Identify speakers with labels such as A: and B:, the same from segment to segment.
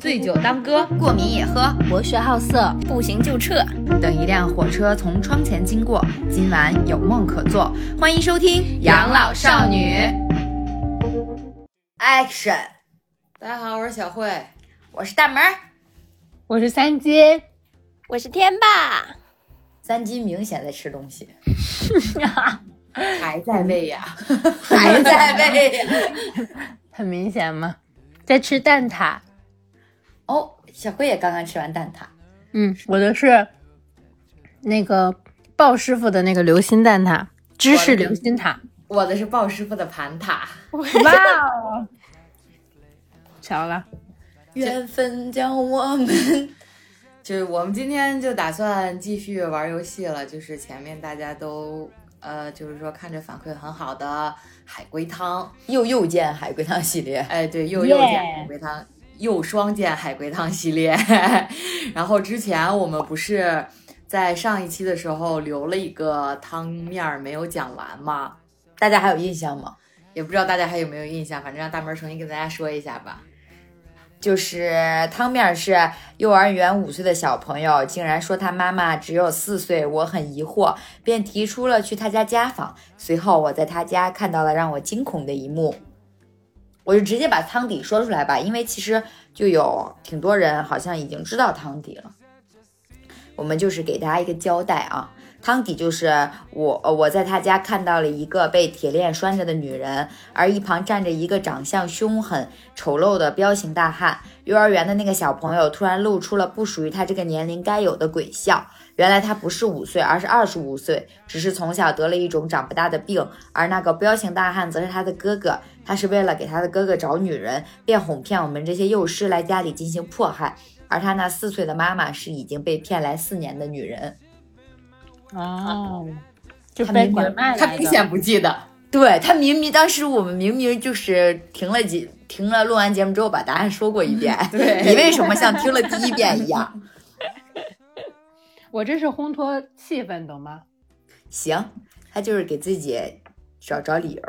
A: 醉酒当歌，
B: 过敏也喝，
C: 博学好色，
B: 不行就撤。
D: 等一辆火车从窗前经过，今晚有梦可做。欢迎收听《养老少女》
B: Action！
A: 大家好，我是小慧，
B: 我是大门，
C: 我是三金，
E: 我是天霸。
B: 三金明显在吃东西，
A: 还在喂呀？
B: 还在喂。
C: 很明显嘛，在吃蛋挞。
B: 哦，小慧也刚刚吃完蛋挞，
C: 嗯，我的是那个鲍师傅的那个流心蛋挞，芝士流心塔。
A: 我的是鲍师傅的盘塔，
C: 哇哦，巧了，
A: 缘分将我们。就是我们今天就打算继续玩游戏了，就是前面大家都呃，就是说看着反馈很好的海龟汤，
B: 又又见海龟汤系列，
A: 哎，对，又又见
C: Yeah
A: 海龟汤，又双剑海龟汤系列。 然后之前我们不是在上一期的时候留了一个汤面儿没有讲完吗？
B: 大家还有印象吗？
A: 也不知道大家还有没有印象，反正让大门重新跟大家说一下吧。
B: 就是汤面儿是幼儿园五岁的小朋友竟然说他妈妈只有四岁，我很疑惑，便提出了去他家家访。随后我在他家看到了让我惊恐的一幕，我就直接把汤底说出来吧，因为其实就有挺多人好像已经知道汤底了。我们就是给大家一个交代啊，汤底就是我呃我在他家看到了一个被铁链拴着的女人，而一旁站着一个长相凶狠、丑陋的彪形大汉。幼儿园的那个小朋友突然露出了不属于他这个年龄该有的鬼笑。原来他不是五岁，而是二十五岁，只是从小得了一种长不大的病。而那个彪形大汉则是他的哥哥，他是为了给他的哥哥找女人，便哄骗我们这些幼师来家里进行迫害。而他那四岁的妈妈是已经被骗来四年的女人。
C: 哦，就
B: 他
C: 被
B: 明白
C: 拐卖
A: 他
C: 来
A: 明
C: 的
A: 显不记得，
B: 对他明明当时我们明明就是停了几停了，录完节目之后把答案说过一遍。
A: 对
B: 你为什么像听了第一遍一样？
C: 我这是烘托气氛，懂吗？
B: 行，他就是给自己找找理由。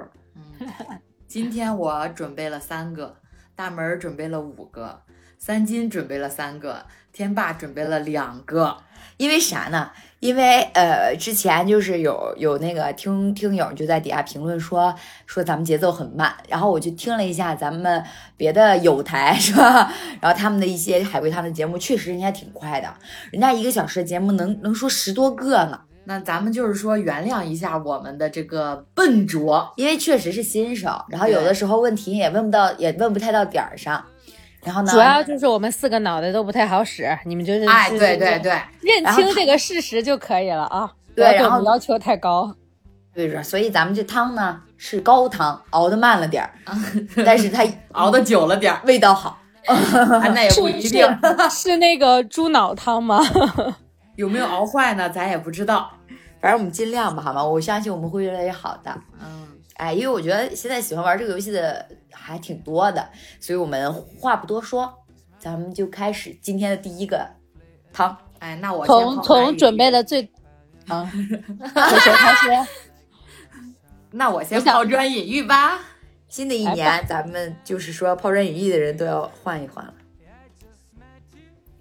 A: 今天我准备了三个，大门儿准备了五个，三金准备了三个，天霸准备了两个。
B: 因为啥呢？因为呃，之前就是有有那个听听友就在底下评论说说咱们节奏很慢，然后我就听了一下咱们别的友台是吧， 然后他们的一些海龟汤的节目，确实人家挺快的，人家一个小时的节目能能说十多个呢，
A: 那咱们就是说原谅一下我们的这个笨拙，
B: 因为确实是新手，然后有的时候问题也问不到，也问不太到点儿上，然后
A: 嗯
B: 呢，
C: 主要就是我们四个脑袋都不太好使，你们就是
A: 哎，对对，对，
C: 认
B: 然后
C: 清
B: 他
C: 这个事实就可以了啊。
B: 对
C: 不要对
B: 然后
C: 我们要求太高，
B: 对着，所以咱们这汤呢是高汤，熬得慢了点儿，但是它
A: 熬的久了 点儿，
B: 味道好。
A: 啊那也不一
C: 是
A: 定，
C: 是 是那个猪脑汤吗？
A: 有没有熬坏呢，咱也不知道。
B: 反正我们尽量吧，好吗？我相信我们会越来越好的。
A: 嗯，
B: 哎，因为我觉得现在喜欢玩这个游戏的还挺多的，所以我们话不多说，咱们就开始今天的第一个汤。
A: 哎，那我先
C: 从
A: 抛砖引
C: 从
A: 玉
C: 准备，的最啊，从谁开始？
A: 那我先
C: 我想
A: 抛砖引玉吧。
B: 新的一年，咱们就是说抛砖引玉的人都要换一换了。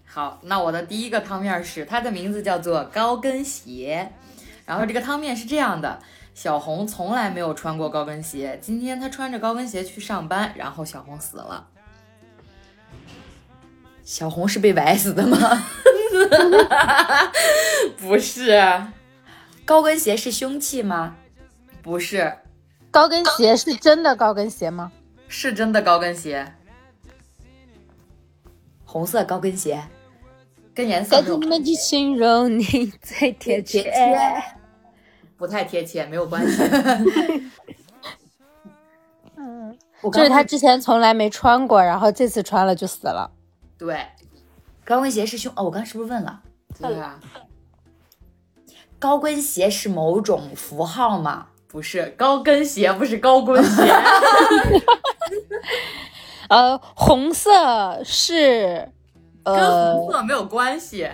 A: 好，那我的第一个汤面是，它的名字叫做高跟鞋。然后这个汤面是这样的：小红从来没有穿过高跟鞋，今天她穿着高跟鞋去上班，然后小红死了。
B: 小红是被崴死的吗？
A: 不是，
B: 高跟鞋是凶器吗？
A: 不是，
C: 高跟鞋是真的高跟鞋吗？
A: 是真的高跟鞋，
B: 红色高跟鞋，
A: 跟颜色
C: 赶
A: 没有
C: 紧们去形容你最哎贴切。
A: 不太贴切，没有关 系。
C: 嗯，
B: 我
C: 就是
B: 高
C: 他
B: 跟，
C: 之前从来没穿过，然后这次穿了就死了。
A: 对，
B: 高跟鞋是凶哦，我刚是不是问了？
A: 对啊吧？
B: 高跟鞋是某种符号吗？
A: 不是高跟鞋，不是高跟鞋，
C: 呃，红色是
A: 跟
C: 呃
A: 红色没有关系。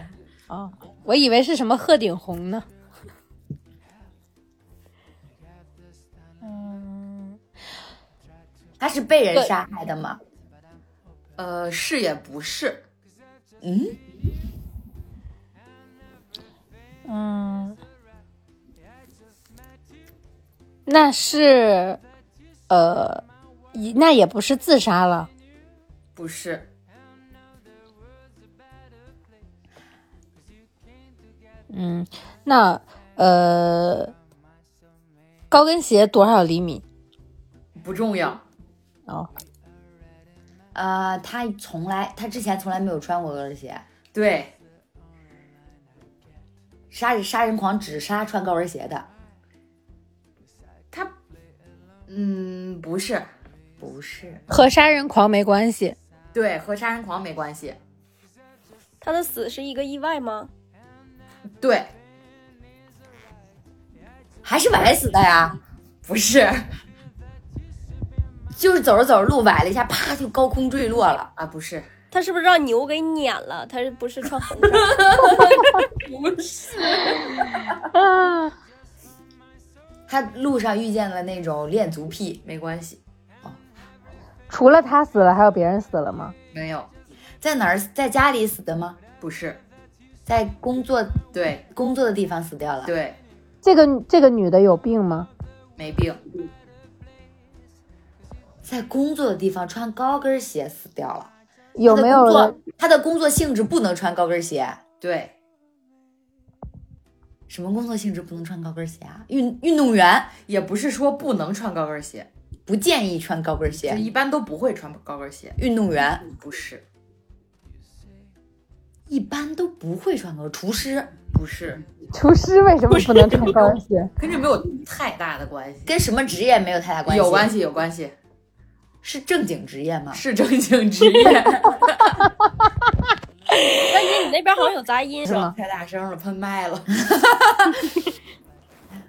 C: 哦，我以为是什么鹤顶红呢。嗯
B: 他是被人杀害的吗？
A: 呃，是也不是，
B: 嗯，
C: 嗯，那是，呃，一那也不是自杀了，
A: 不是，
C: 嗯，那呃，高跟鞋多少厘米？
A: 不重要，
C: 哦，
B: 呃，他从来他之前从来没有穿过高跟鞋，
A: 对，
B: 杀人杀人狂只杀穿高跟鞋的，
A: 他，嗯，不是，
B: 不是
C: 和杀人狂没关系。
A: 对，和杀人狂没关系，
E: 他的死是一个意外吗？
A: 对，
B: 还是崴死的呀？
A: 不是
B: 就是走着走着路崴了一下，啪就高空坠落了。
A: 啊，不是，
E: 他是不是让牛给撵了？他是不是穿红的？
C: 啊，
B: 他路上遇见了那种恋足癖，
A: 没关系，
C: 除了他死了，还有别人死了吗？
A: 没有，
B: 在哪儿？在家里死的吗？
A: 不是，
B: 在工作
A: 对
B: 工作的地方死掉了。
A: 对，
C: 这个这个女的有病吗？
A: 没病，
B: 在工作的地方穿高跟鞋死掉了。
C: 有没
B: 他
C: 有
B: 的
C: 人
B: 工作？他的工作性质不能穿高跟鞋。
A: 对，
B: 什么工作性质不能穿高跟鞋啊？运运动员
A: 也不是说不能穿高跟鞋，
B: 不建议穿高跟
A: 就
B: 鞋。
A: 一般都不会穿高跟鞋，
B: 运动员
A: 不是，
B: 一般都不会穿高跟。厨师
A: 不是，
C: 厨师为什么不能穿高跟鞋？
A: 跟这没有太大的关系，
B: 跟什么职业没有太大关系？
A: 有关
B: 系，
A: 系有关系，
B: 是正经职业吗？
A: 是正经职业，
E: 但是你那边好像有杂音，
C: 是吗？
A: 太大声了，喷麦了，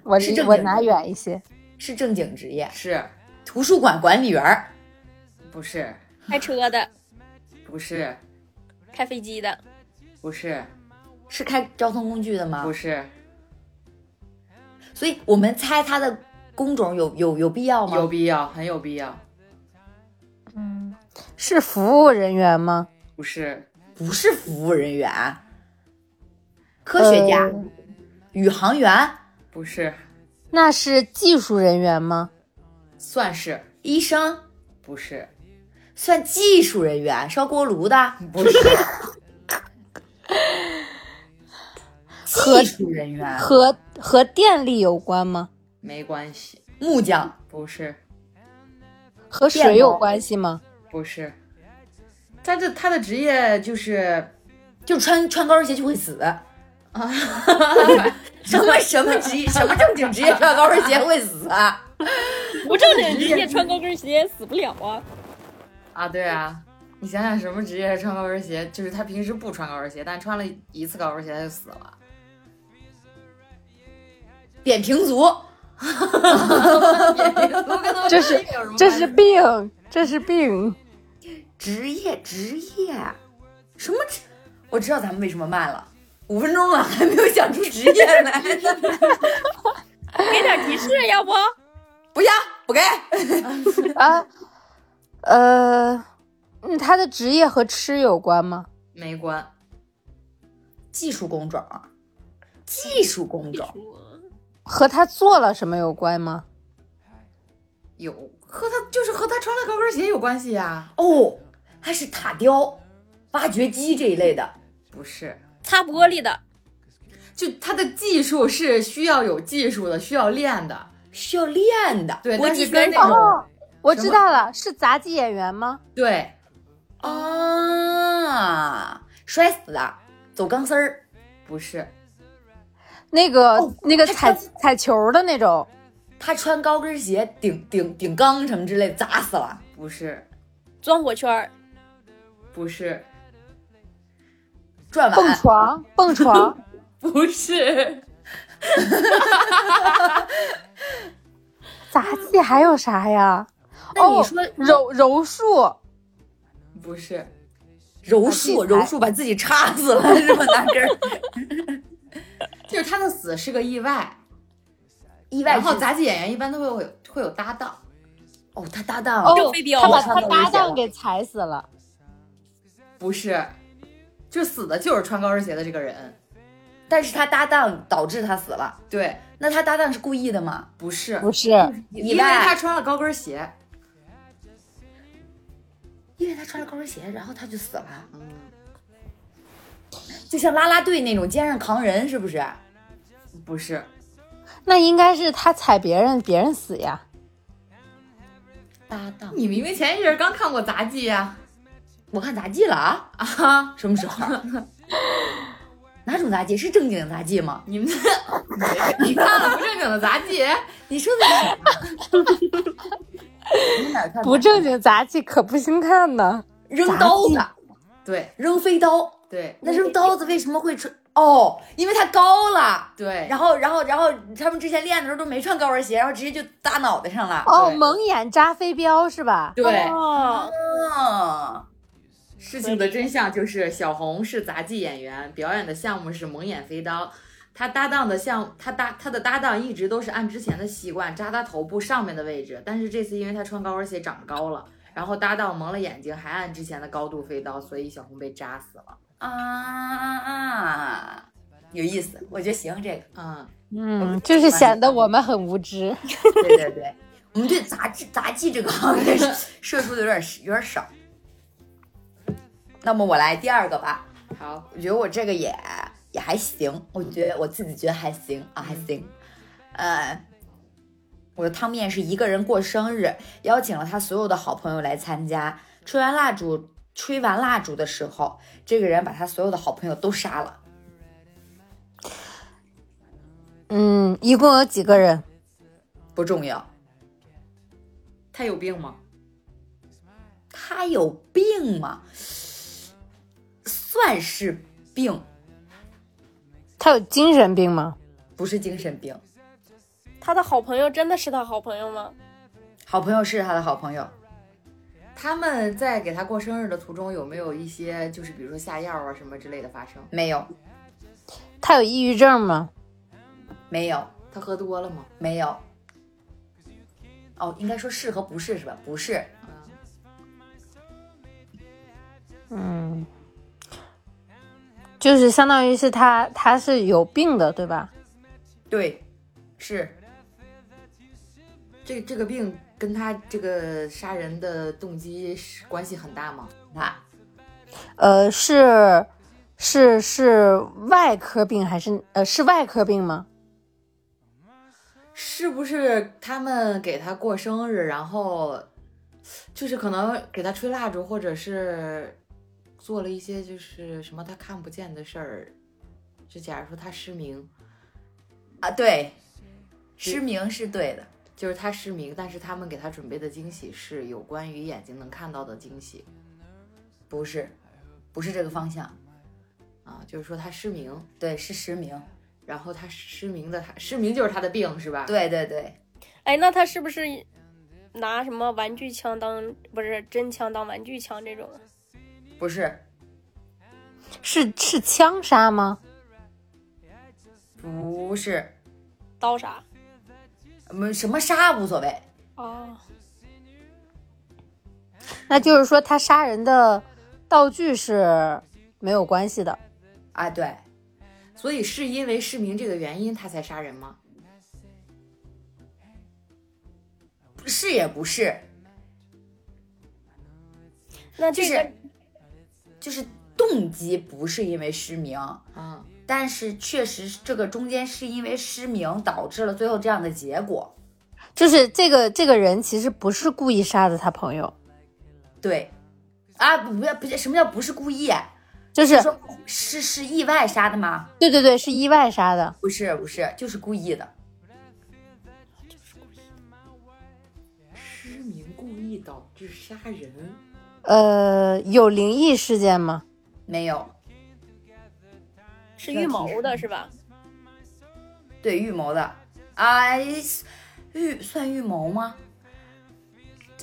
C: 我
B: 是正经
C: 我拿远一些。
B: 是正经职业，
A: 是
B: 图书馆管理员儿
A: 不是
E: 开车的，
A: 不是
E: 开飞机的，
A: 不是
B: 是开交通工具的吗
A: 不？是
B: 所以我们猜他的工种有有有必要吗？
A: 有必要，很有必要，
C: 嗯，是服务人员吗？
A: 不是
B: 不是服务人员，科学家、
C: 呃
B: 宇航员、
A: 不是
C: 那是技术人员吗？
A: 算是
B: 医生，
A: 不是
B: 算技术人员，烧锅炉的
A: 不是
C: 和
B: 技术人员，
C: 和和电力有关吗？
A: 没关系，
B: 木匠，
A: 不是
C: 和水有关 系吗？
A: 不是，他的他的职业就是
B: 就穿穿高跟鞋就会死。
A: 啊
B: 什么什么 职业什么正经职业穿高跟鞋会死啊？
E: 不正经职业穿高跟鞋死不了啊。
A: 啊，对啊。你想想，什么职业穿高跟鞋？就是他平时不穿高跟鞋，但穿了一次高跟鞋他就死了。
B: 扁平足，
C: 这是这是病，这是 病。
B: 职业职业，什么职？我知道咱们为什么慢了，五分钟了还没有想出职业来 呢。
E: 给点提示，要不
B: 不行，不给。
C: 啊，呃，嗯，他的职业和吃有关吗？
A: 没关，
B: 技术工种，啊技术工种，
C: 和他做了什么有关吗？
A: 有和他就是和他穿了高跟鞋有关系呀、
B: 哦，还是塔雕、挖掘机这一类的，
A: 不是，
E: 擦玻璃的，
A: 就他的技术是需要有技术的，需要练的。
B: 需要练的。
A: 对，
B: 国
A: 但
B: 际
A: 是跟
B: 选
A: 那
B: 手
A: 种
C: 哦，我知道了，是杂技演员吗？
A: 对
B: 啊，摔死的，走钢丝儿，
A: 不是
C: 那个、
B: 哦
C: 那个
B: 他
C: 踩
B: 他
C: 踩球的那种，
B: 他穿高跟鞋顶顶顶钢什么之类，砸死了。
A: 不是
E: 钻火圈儿，
A: 不是
B: 转
C: 蹦
B: 碗，
C: 床，蹦
B: 嗯
C: 床，
A: 不是
C: 杂技还有啥呀？
B: 那你
C: 哦
B: 说哦
C: 柔柔术，
A: 不是
B: 柔术，
C: 把自己
B: 柔术把自己插死了是吧？大根儿，
A: 就是他的死是个意外，
B: 意外
A: 然
B: 之
A: 后杂技演员一般都会有会有搭档，
B: 哦，他搭档
C: 哦
E: 正飞镖
C: 他把
B: 我看
C: 他
B: 到危
C: 搭
B: 险了
C: 档给踩死了。
A: 不是，就死的就是穿高跟鞋的这个人。
B: 但是他搭档导致他死了，
A: 对，
B: 那他搭档是故意的吗？
A: 不是，
C: 不是，
A: 因为他穿了高跟鞋。
B: 因为他穿着高跟鞋，然后他就死了，
A: 嗯，
B: 就像啦啦队那种肩上扛人，是不是？
A: 不是，
C: 那应该是他踩别人，别人死呀。
B: 搭档，
A: 你明明前一阵刚看过杂技啊呀、
B: 我看杂技了啊
A: 啊！哈，
B: 什么时候？哪种杂技？是正经杂技吗？
A: 你们 你你看了不正经的杂技？
B: 你说的是什么？你哪儿看的？
C: 不正经杂技可不兴看呢。
B: 扔刀子，
A: 对
B: 扔飞刀。
A: 对
B: 那扔刀子为什么会穿？哦，因为他高了。
A: 对，
B: 然后，然后，然后他们之前练的时候都没穿高跟鞋，然后直接就搭脑袋上了。
C: 哦，
A: 对
C: 蒙眼扎飞镖是吧？
A: 对，
E: 哦，
B: 嗯，
A: 事情的真相就是小红是杂技演员，表演的项目是蒙眼飞刀。她搭档的项，她搭她的搭档一直都是按之前的习惯扎她头部上面的位置，但是这次因为她穿高跟鞋长高了，然后搭档蒙了眼睛，还按之前的高度飞刀，所以小红被扎死了。
B: 啊，有意思，我觉得行，这个，
A: 嗯，
C: 嗯，就是显得我们很无知。
B: 对对对，我们对杂技杂技这个行业 涉出的有点有点少。那么我来第二个吧，
A: 好，
B: 我觉得我这个也也还行，我觉得我自己觉得还行啊，还行。呃，我的汤面是一个人过生日，邀请了他所有的好朋友来参加，吹完蜡烛。吹完蜡烛的时候，这个人把他所有的好朋友都杀了。
C: 嗯，一共有几个人？
B: 不重要，
A: 她有病吗？
B: 他有病吗？算是病，
C: 他有精神病吗？
B: 不是精神病。
E: 他的好朋友真的是他好朋友吗？
B: 好朋友是他的好朋友，
A: 他们在给她过生日的途中有没有一些就是比如说下药啊什么之类的发生？
B: 没有，
C: 他有抑郁症吗？
B: 没有，
A: 她喝多了吗？
B: 没有。哦，应该说是和不是是吧？不是，
C: 嗯，就是相当于是他他是有病的，对吧？
B: 对，是
A: 这这个病跟她这个杀人的动机是关系很大吗？
B: 他
C: 呃，是是是外科病还是呃是外科病吗？
A: 是不是他们给他过生日，然后就是可能给他吹蜡烛，或者是做了一些就是什么他看不见的事儿？就假如说他失明，
B: 啊，对，失明是对的，
A: 就是他失明，但是他们给他准备的惊喜是有关于眼睛能看到的惊喜
B: 不是，不是这个方向，
A: 啊，就是说他失明，
B: 对，是失明，
A: 然后他失明的他失明就是他的病是吧？，
B: 对对对，
E: 哎，那他是不是拿什么玩具枪当不是真枪当玩具枪这种？
B: 不是，
C: 是是枪杀吗？
B: 不是，
E: 刀啥？
B: 嗯，什么杀无所谓，
E: 哦，
C: 那就是说他杀人的道具是没有关系的。
B: 啊，对，
A: 所以是因为失明这个原因他才杀人吗？
B: 是也不是，
E: 那
B: 就
E: 这个
B: 是就是动机不是因为失明，
A: 啊，
B: 但是确实是这个中间是因为失明导致了最后这样的结果。
C: 就是这个这个人其实不是故意杀的他朋友，
B: 对，啊不不不，什么叫不是故意？啊
C: 就是
B: 说是是意外杀的吗？
C: 对对对，是意外杀的。
B: 不是不是，就是故意的。
A: 失明故意导致杀人。
C: 呃，有灵异事件吗？
B: 没有，
E: 是预谋的是吧？
B: 对预谋的啊，预算预谋吗？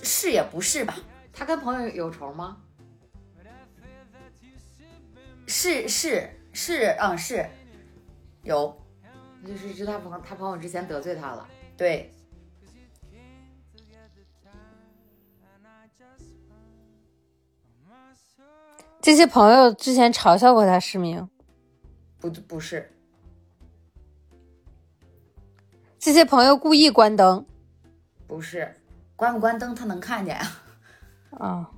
B: 是也不是吧？
A: 他跟朋友有仇吗？
B: 是是是，嗯是，有
A: 那就是知他朋友他朋友之前得罪他了，
B: 对，
C: 这些朋友之前嘲笑过他失明，
A: 不不是，
C: 这些朋友故意关灯
A: 不是，
B: 关不关灯他能看见啊？
C: 啊。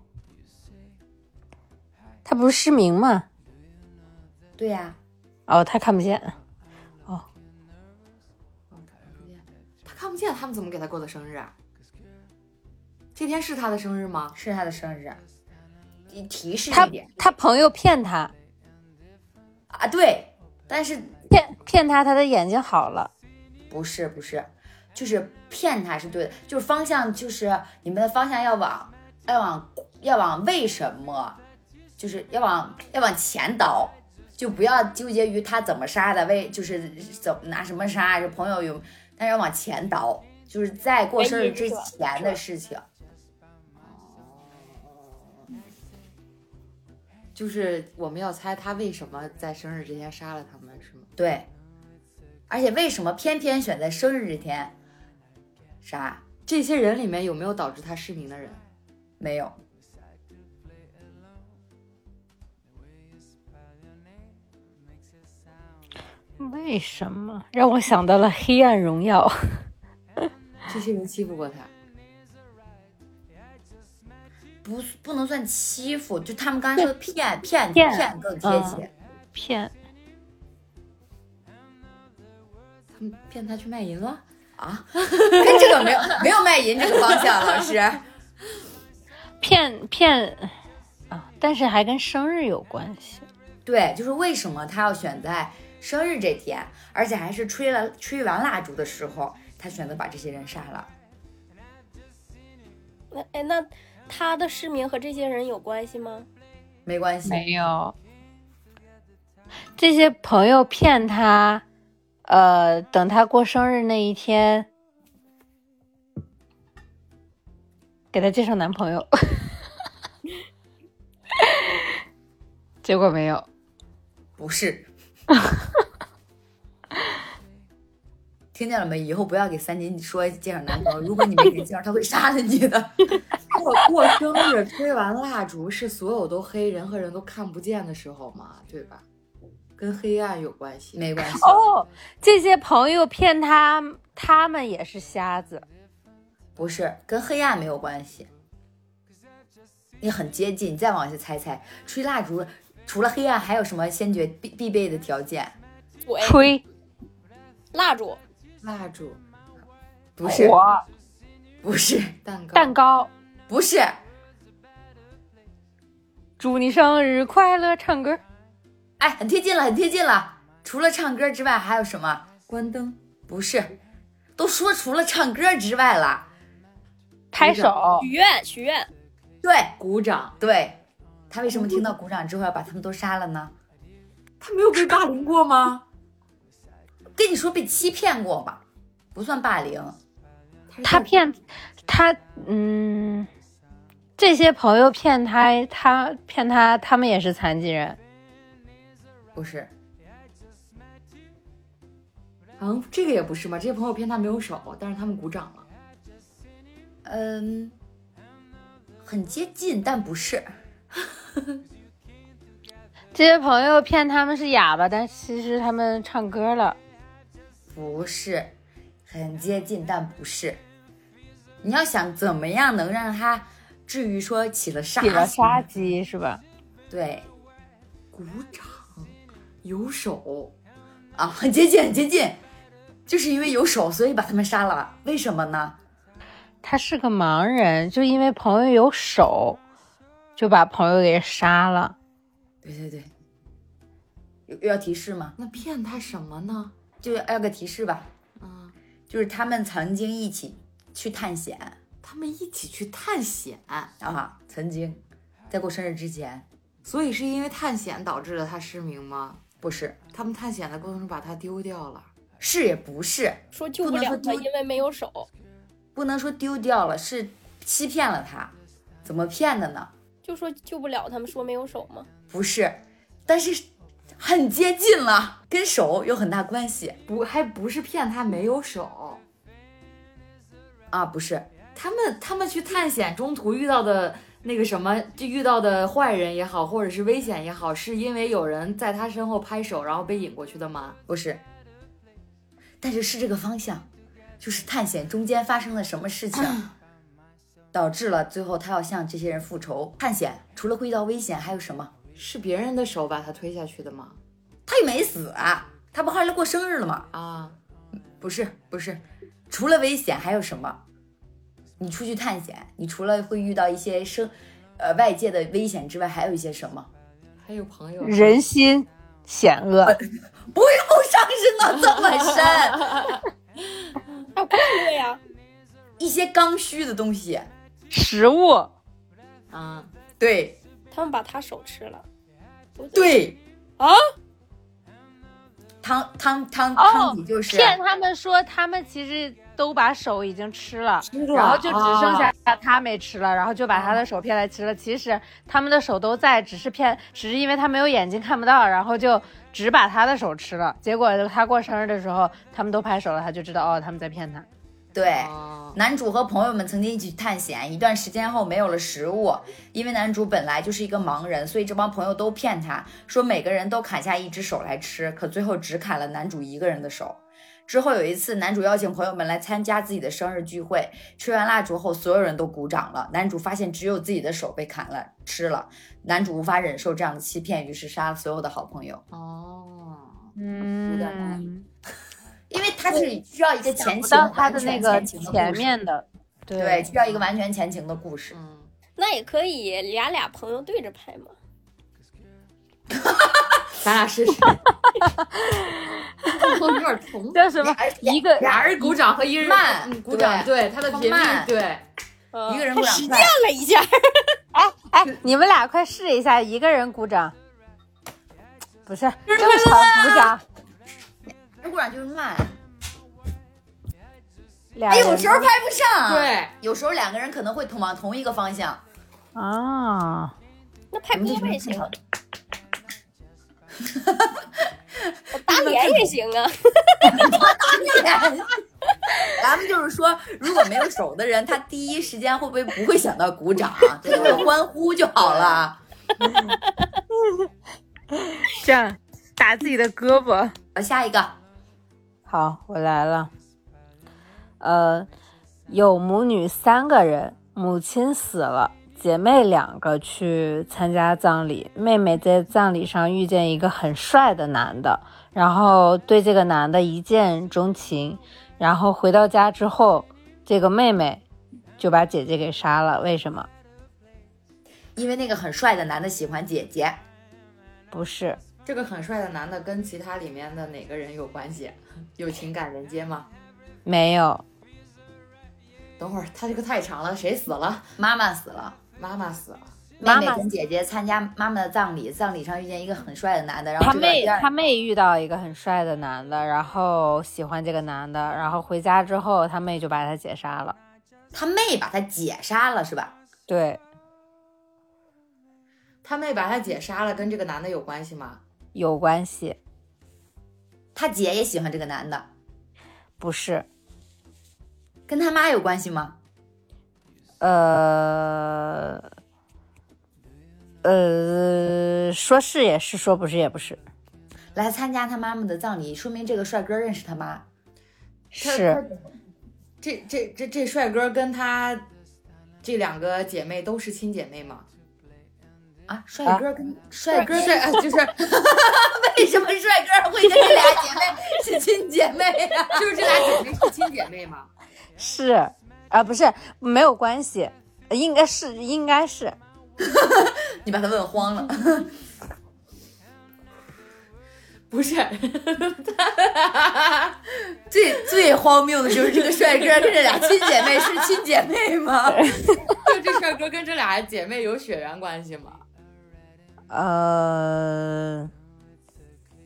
C: 他不是失明吗？
B: 对呀、
C: 哦，他看不见。
A: 他看不见，他们怎么给他过的生日啊？这天是他的生日吗？
B: 是他的生日，你提示
C: 他
B: 一点
C: 他朋友骗他，
B: 啊？对，但是
C: 骗骗他，他的眼睛好了。
B: 不是不是，就是骗他是对的，就是方向就是你们的方向要往要往要往为什么，就是要往要往前倒，就不要纠结于他怎么杀的，为就是怎么拿什么杀，就朋友有，但是要往前倒，就是在过生日之前的事情。
A: 就是我们要猜他为什么在生日这天杀了他们，是吗？
B: 对，而且为什么偏偏选在生日这天杀？
A: 这些人里面有没有导致他失明的人？
B: 没有，
C: 为什么让我想到了《黑暗荣耀》？
A: 这些人欺负过他，
B: 不不能算欺负，就他们刚才说的骗骗
C: 骗
B: 骗更贴
C: 嗯
B: 切。
C: 骗
A: 他们骗他去卖淫了。
B: 啊，跟这个没 有没有卖淫这个方向，老师。
C: 骗骗啊！但是还跟生日有关系。
B: 对，就是为什么他要选在生日这天，而且还是吹了吹完蜡烛的时候，他选择把这些人杀了。
E: 那哎，那他的失明和这些人有关系吗？
B: 没关系，
C: 没有，这些朋友骗他，呃，等他过生日那一天，给他介绍男朋友， 结果没有。
B: 不是。 听见了没？以后不要给三金说介绍男朋友，如果你没给介绍，他会杀了你的。
A: 过过生日吹完蜡烛是所有都黑，人和人都看不见的时候嘛，对吧？跟黑暗有关系。
B: 没关系，
C: 哦，这些朋友骗他，他们也是瞎子。
B: 不是跟黑暗没有关系。你很接近，你再往下猜猜，吹蜡烛除了黑暗还有什么先决必必备的条件？
E: 嘴、
C: 吹
E: 哎蜡烛、
A: 蜡烛、
B: 不是，
C: 火
B: 不是，
A: 蛋糕、
C: 蛋糕，
B: 不是，哎
C: 祝你生日快乐，唱歌。
B: 哎，很贴近了，很贴近了。除了唱歌之外还有什么？
A: 关灯、
B: 不是，都说除了唱歌之外了。
C: 拍手
B: 哦
E: 许，愿、许愿，
B: 对
A: 鼓掌。
B: 对，他为什么听到鼓掌之后要把他们都杀了呢？
A: 他没有被霸凌过吗？
B: 跟你说被欺骗过吧，不算霸凌。
C: 他骗他，嗯，这些朋友骗他，他骗他，他们也是残疾人。
B: 不是，
A: 嗯，这个也不是嘛。这些朋友骗他没有手，但是他们鼓掌了。
B: 嗯，很接近，但不是。
C: 这些朋友骗他们是哑巴，但其实他们唱歌了。
B: 不是，很接近，但不是。你要想怎么样能让他至于说起了杀
C: 比了
B: 心
C: 杀鸡是吧？
B: 对
A: 鼓掌，有手，
B: 啊，很接近，很接近，就是因为有手，所以把他们杀了。为什么呢？
C: 他是个盲人，就因为朋友有手，就把朋友给杀了。
B: 对对对，有有要提示吗？
A: 那骗他什么呢？
B: 就要要个提示吧，
A: 啊，
B: 就是他们曾经一起去探险
A: 他们一起去探险，
B: 啊，曾经在过生日之前，
A: 所以是因为探险导致了他失明吗？
B: 不是
A: 他们探险的过程中把他丢掉了。
B: 是也不是，
E: 说救
B: 不
E: 不
B: 能
E: 了
B: 说
E: 他，
B: 丢
E: 因为没有手，
B: 不能说丢掉了，是欺骗了他，怎么骗的呢？
E: 就说救不了他们，说没有手吗？
B: 不是，但是很接近了，跟手有很大关系
A: 不，还不是骗他没有手。
B: 啊，不是
A: 他们他们去探险中途遇到的那个什么，就遇到的坏人也好，或者是危险也好，是因为有人在他身后拍手，然后被引过去的吗？
B: 不是，但是是这个方向，就是探险中间发生了什么事情，导致了最后他要向这些人复仇。探险除了会遇到危险，还有什么？
A: 是别人的手把他推下去的吗？
B: 他也没死啊，他不还来过生日了吗？
A: 啊，
B: 不是，不是，除了危险还有什么？你出去探险，你除了会遇到一些生，呃，外界的危险之外，还有一些什么？
A: 还有朋友
C: 人心险恶，
B: 不用上升到这么深，
E: 啊，对呀、
B: 一些刚需的东西。
C: 食物
A: 啊，
B: 对
E: 他们把他手吃了。不
B: 对，
E: 啊，
B: 汤汤汤
C: 哦
B: 汤底就是啊
C: 骗他们说他们其实都把手已经吃了，
A: 了
C: 然后就只剩
A: 啊
C: 下他没吃了，然后就把他的手骗来吃了。其实他们的手都在，只是骗，只是因为他没有眼睛看不到，然后就只把他的手吃了。结果他过生日的时候，他们都拍手了，他就知道哦他们在骗他。
B: 对。
A: 啊
B: 男主和朋友们曾经一起探险，一段时间后没有了食物，因为男主本来就是一个盲人，所以这帮朋友都骗他说每个人都砍下一只手来吃，可最后只砍了男主一个人的手。之后有一次，男主邀请朋友们来参加自己的生日聚会，吹完蜡烛后，所有人都鼓掌了。男主发现只有自己的手被砍了吃了，男主无法忍受这样的欺骗，于是杀了所有的好朋友，
A: 哦，
C: 嗯，
B: 因为他是需要一个前
C: 不
B: 情
C: 到他的
B: 完全
C: 那个
B: 前情的故
C: 前
B: 事
C: 面的，
B: 对，需要一个完全前情的故事。
A: 嗯，
E: 那也可以，俩俩朋友对着拍嘛。
A: 咱俩试试， 有点同。
C: 叫什么
B: 哎
C: 一个
A: 俩人鼓掌和一人
B: 慢
A: 嗯鼓掌，对他的
B: 放
A: 频率
B: 慢，
A: 对，
E: 嗯
B: 一个人
E: 他
B: 不两
E: 实践
B: 块
E: 了一下，
C: 哎，你们俩快试一下，一个人鼓掌，不是正常鼓掌，
B: 如果就是慢，
C: 俩
B: 哎，
C: 人
B: 有时候拍不上，，
A: 对，
B: 有时候两个人可能会同往同一个方向。
C: 啊，
E: 嗯那拍胳膊也行，
B: 常。
E: 打脸也行啊。
B: 咱们就是说，如果没有手的人，他第一时间会不会不会想到鼓 掌，他就会欢呼就好了。
C: 这样打自己的胳膊。
B: 好，下一个，
C: 好，我来了。呃，有母女三个人，母亲死了，姐妹两个去参加葬礼，妹妹在葬礼上遇见一个很帅的男的，然后对这个男的一见钟情，然后回到家之后，这个妹妹就把姐姐给杀了，为什么？
B: 因为那个很帅的男的喜欢姐姐，
C: 不是，
A: 这个很帅的男的跟其他里面的哪个人有关系？有情感连接吗？
C: 没有，
A: 等会儿他这个太长了，谁死了？
B: 妈妈死了。
A: 妈妈死了，
B: 妹
C: 妈
B: 妹
C: 妈
B: 跟姐姐参加妈妈的葬礼，葬礼上遇见一个很帅的男的，然后
C: 他
B: 这个
C: 妹
B: 第二
C: 他妹遇到一个很帅的男的，然后喜欢这个男的，然后回家之后，他妹就把他姐杀了。
B: 他妹把他姐杀了是吧？
C: 对，
A: 他妹把他姐杀了，跟这个男的有关系吗？
C: 有关系，
B: 他姐也喜欢这个男的，
C: 不是？
B: 跟他妈有关系吗？
C: 呃，呃，说是也是，说不是也不是，
B: 来参加他妈妈的葬礼，说明这个帅哥认识他妈。
C: 是
A: 这这这这帅哥跟他这两个姐妹都是亲姐妹吗？
B: 啊，帅哥跟、帅哥
A: 帅哎就是
B: 为什么帅哥会跟这俩姐妹是亲姐妹啊呀、
A: 就是这俩姐妹是亲姐妹吗？
C: 是啊、不是没有关系，应该是应该 是
B: 你把他问慌了。
A: 不是，
B: 最最荒谬的就是这个帅哥跟这俩亲姐妹是亲姐妹吗？
A: 就这帅哥跟这俩姐妹有血缘关系吗？
C: 呃，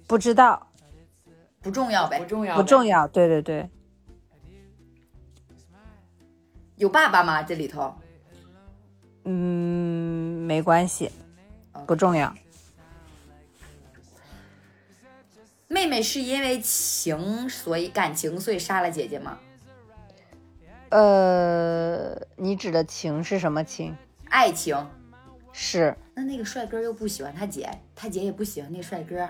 C: 不知道
B: 不重要
A: 不
B: 呗。
A: 重要，
C: 不重。要，对对对，
B: 有爸爸吗？这里头
C: 嗯，没关系，不重要。
B: 妹妹是因为情，所以感情，所以杀了姐姐吗？
C: 呃，你指的情是什么情？
B: 爱情。
C: 是
B: 那那个帅哥又不喜欢他姐，他姐也不喜欢那帅哥，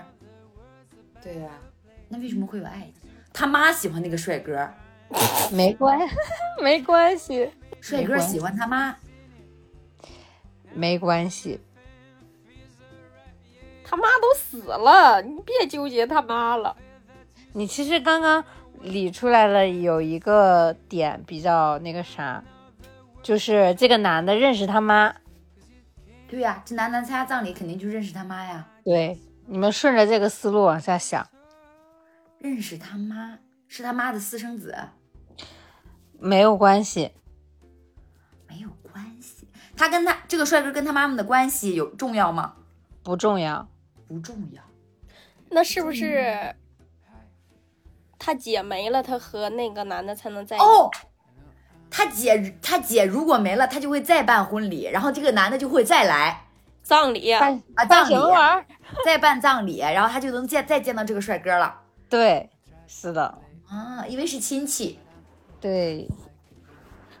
A: 对呀、
B: 那为什么会有爱情？他妈喜欢那个帅哥，
C: 没关没关系，
B: 帅
C: 没
B: 哥
C: 关
B: 喜欢他妈，
C: 没关系。
E: 他妈都死了，你别纠结他妈了。
C: 你其实刚刚理出来了有一个点比较那个啥，就是这个男的认识他妈，
B: 对呀、这男的参加葬礼肯定就认识他妈呀，
C: 对，你们顺着这个思路往下想，
B: 认识他妈是他妈的私生子，
C: 没有关系，
B: 没有关系。他跟他这个帅哥跟他妈妈的关系有重要吗？
C: 不重要。
B: 不重要。
E: 那是不
B: 嗯
E: 是他姐没了，他和那个男的才能在一起？
B: 哦，他姐他姐如果没了，他就会再办婚礼，然后这个男的就会再来
E: 葬礼
C: 办
B: 啊
C: 办
B: 葬
C: 什
B: 礼
C: 么，玩意儿？
B: 再办葬礼，然后他就能见再见到这个帅哥了
C: 对，是的，
B: 啊，因为是亲戚。
C: 对。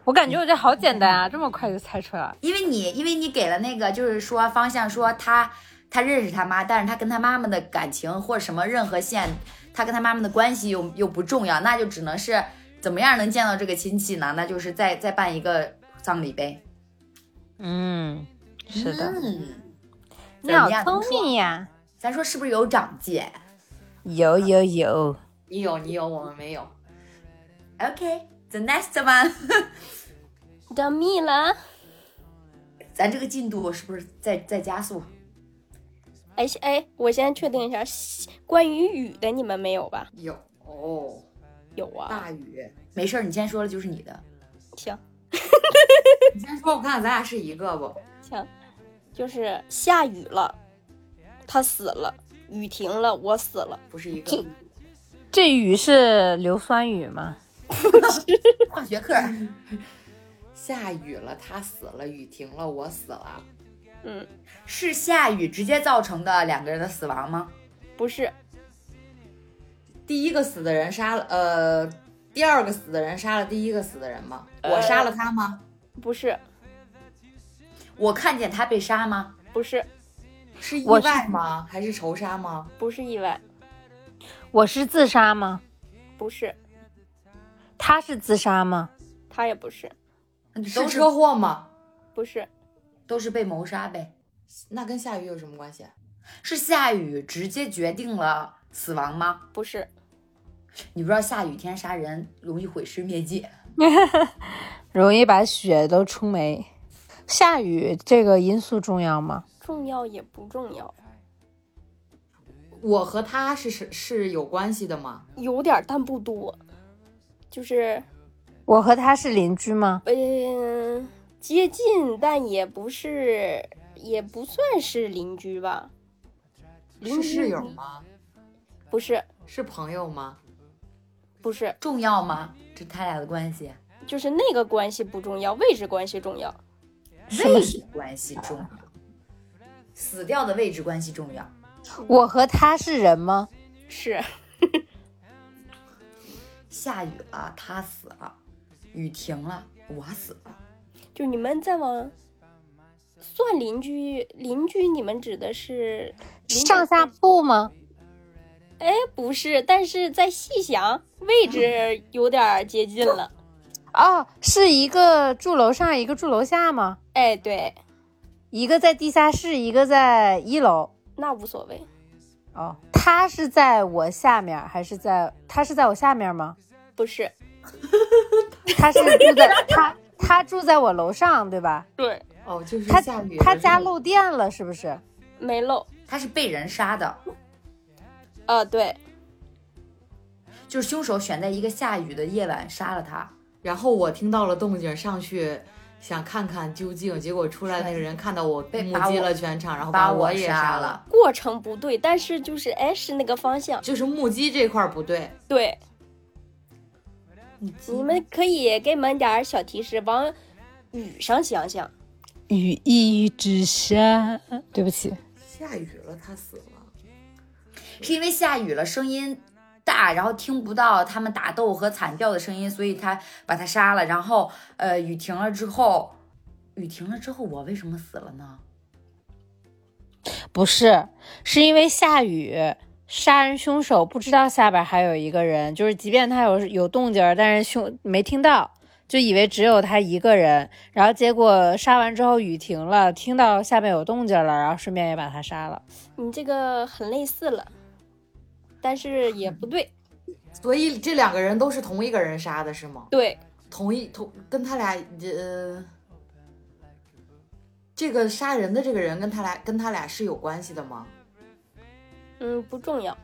C: 我感觉我这好简单啊，这么快就猜出来了。
B: 因为你因为你给了那个就是说方向，说他他认识他妈，但是他跟他妈妈的感情或者什么任何线，他跟他妈妈的关系又又不重要，那就只能是怎么样能见到这个亲戚呢？那就是再再办一个葬礼呗。
C: 嗯，是的，
B: 嗯，
C: 你好聪明呀！
B: 咱说是不是有长进
C: 有有有，
A: 你有你有，我们没有。
B: ？OK，the、next one，
E: 的蜜了
B: 咱这个进度是不是再再加速？
E: 哎哎，我先确定一下，关于雨的你们没有吧？
A: 有哦，
E: 有啊，
A: 大雨。
B: 没事儿，你先说了就是你 的。
E: 行
A: 你先说，我看看咱俩是一个不？
E: 行，就是下雨了，他死了，雨停了，我死了，
A: 不是一 个。
C: 这雨是硫酸雨吗？
B: 化学课，
A: 下雨了，他死了；雨停了，我死了。
E: 嗯，
B: 是下雨直接造成的两个人的死亡吗？
E: 不是，
A: 第一个死的人杀了，呃，第二个死的人杀了第一个死的人吗？
C: 呃
A: 我杀了他吗？
E: 不是，
B: 我看见他被杀吗？
E: 不是，
A: 是意
C: 我是
A: 外吗？还是仇杀吗？
E: 不是意外，
C: 我是自杀吗？
E: 不是，
C: 他是自杀吗？
E: 他也不是，
B: 那就是都是
A: 车祸吗？
E: 不是，
B: 都是被谋杀呗。
A: 那跟下雨有什么关系？
B: 是下雨直接决定了死亡吗？
E: 不是，
B: 你不知道下雨天杀人容易毁尸灭迹，
C: 容易把雪都冲没。下雨这个因素重要吗？
E: 重要也不重要，
A: 我和他是是是有关系的吗？
E: 有点儿但不多，就是
C: 我和他是邻居吗？
E: 嗯，接近，但也不是，也不算是邻居吧？
A: 是室友吗？
E: 不是，
A: 是朋友吗？
E: 不是，
B: 重要吗？这他俩的关系，
E: 就是那个关系不重要，位置关系重要。
C: 什么
B: 位？置关系重要，死掉的位置关系重要。
C: 我和他是人吗？
E: 是
B: 下雨了，他死了；雨停了，我死了。
E: 就你们再往算邻居，邻居你们指的是邻居
C: 上下铺吗？
E: 哎，不是，但是再细想，位置
C: 嗯
E: 有点儿接近了。
C: 哦，是一个住楼上，一个住楼下吗？
E: 哎，对，
C: 一个在地下室，一个在一楼。
E: 那无所谓，
C: 哦，他是在我下面还是在？他是在我下面吗？
E: 不是，
C: 他是住 在他他住在我楼上对吧？
E: 对，
A: 哦，就是
C: 他
A: 下雨
C: 他
A: 的
C: 家
A: 时候
C: 漏电了是不是？
E: 没漏。
B: 他是被人杀的，
E: 啊、对，
B: 就是凶手选在一个下雨的夜晚杀了他。
A: 然后我听到了动静，上去想看看究竟，结果出来那个人看到我
B: 被
A: 目
B: 把
A: 击
B: 我
A: 了全场，然后
B: 把
A: 我
B: 我
A: 也
B: 杀
A: 了
B: 了，
E: 过程不对，但是就是哎，是那个方向。
A: 就是目击这块儿不对。
E: 对，你们可以给你们点儿小提示，往雨上想想。
C: 雨一直下，对不起，
A: 下雨了，他死了。
B: 是因为下雨了，声音大，然后听不到他们打斗和惨叫的声音，所以他把他杀了。然后呃，雨停了之后，雨停了之后，我为什么死了呢？
C: 不是，是因为下雨，杀人凶手不知道下边还有一个人，就是即便他有有动静儿，但是凶没听到，就以为只有他一个人，然后结果杀完之后雨停了，听到下面有动静了，然后顺便也把他杀了。
E: 你这个很类似了，但是也不对。
A: 所以这两个人都是同一个人杀的，是吗？
E: 对，
A: 同一同跟他俩呃，这个杀人的这个人跟他俩跟他俩是有关系的吗？
E: 嗯，不重要。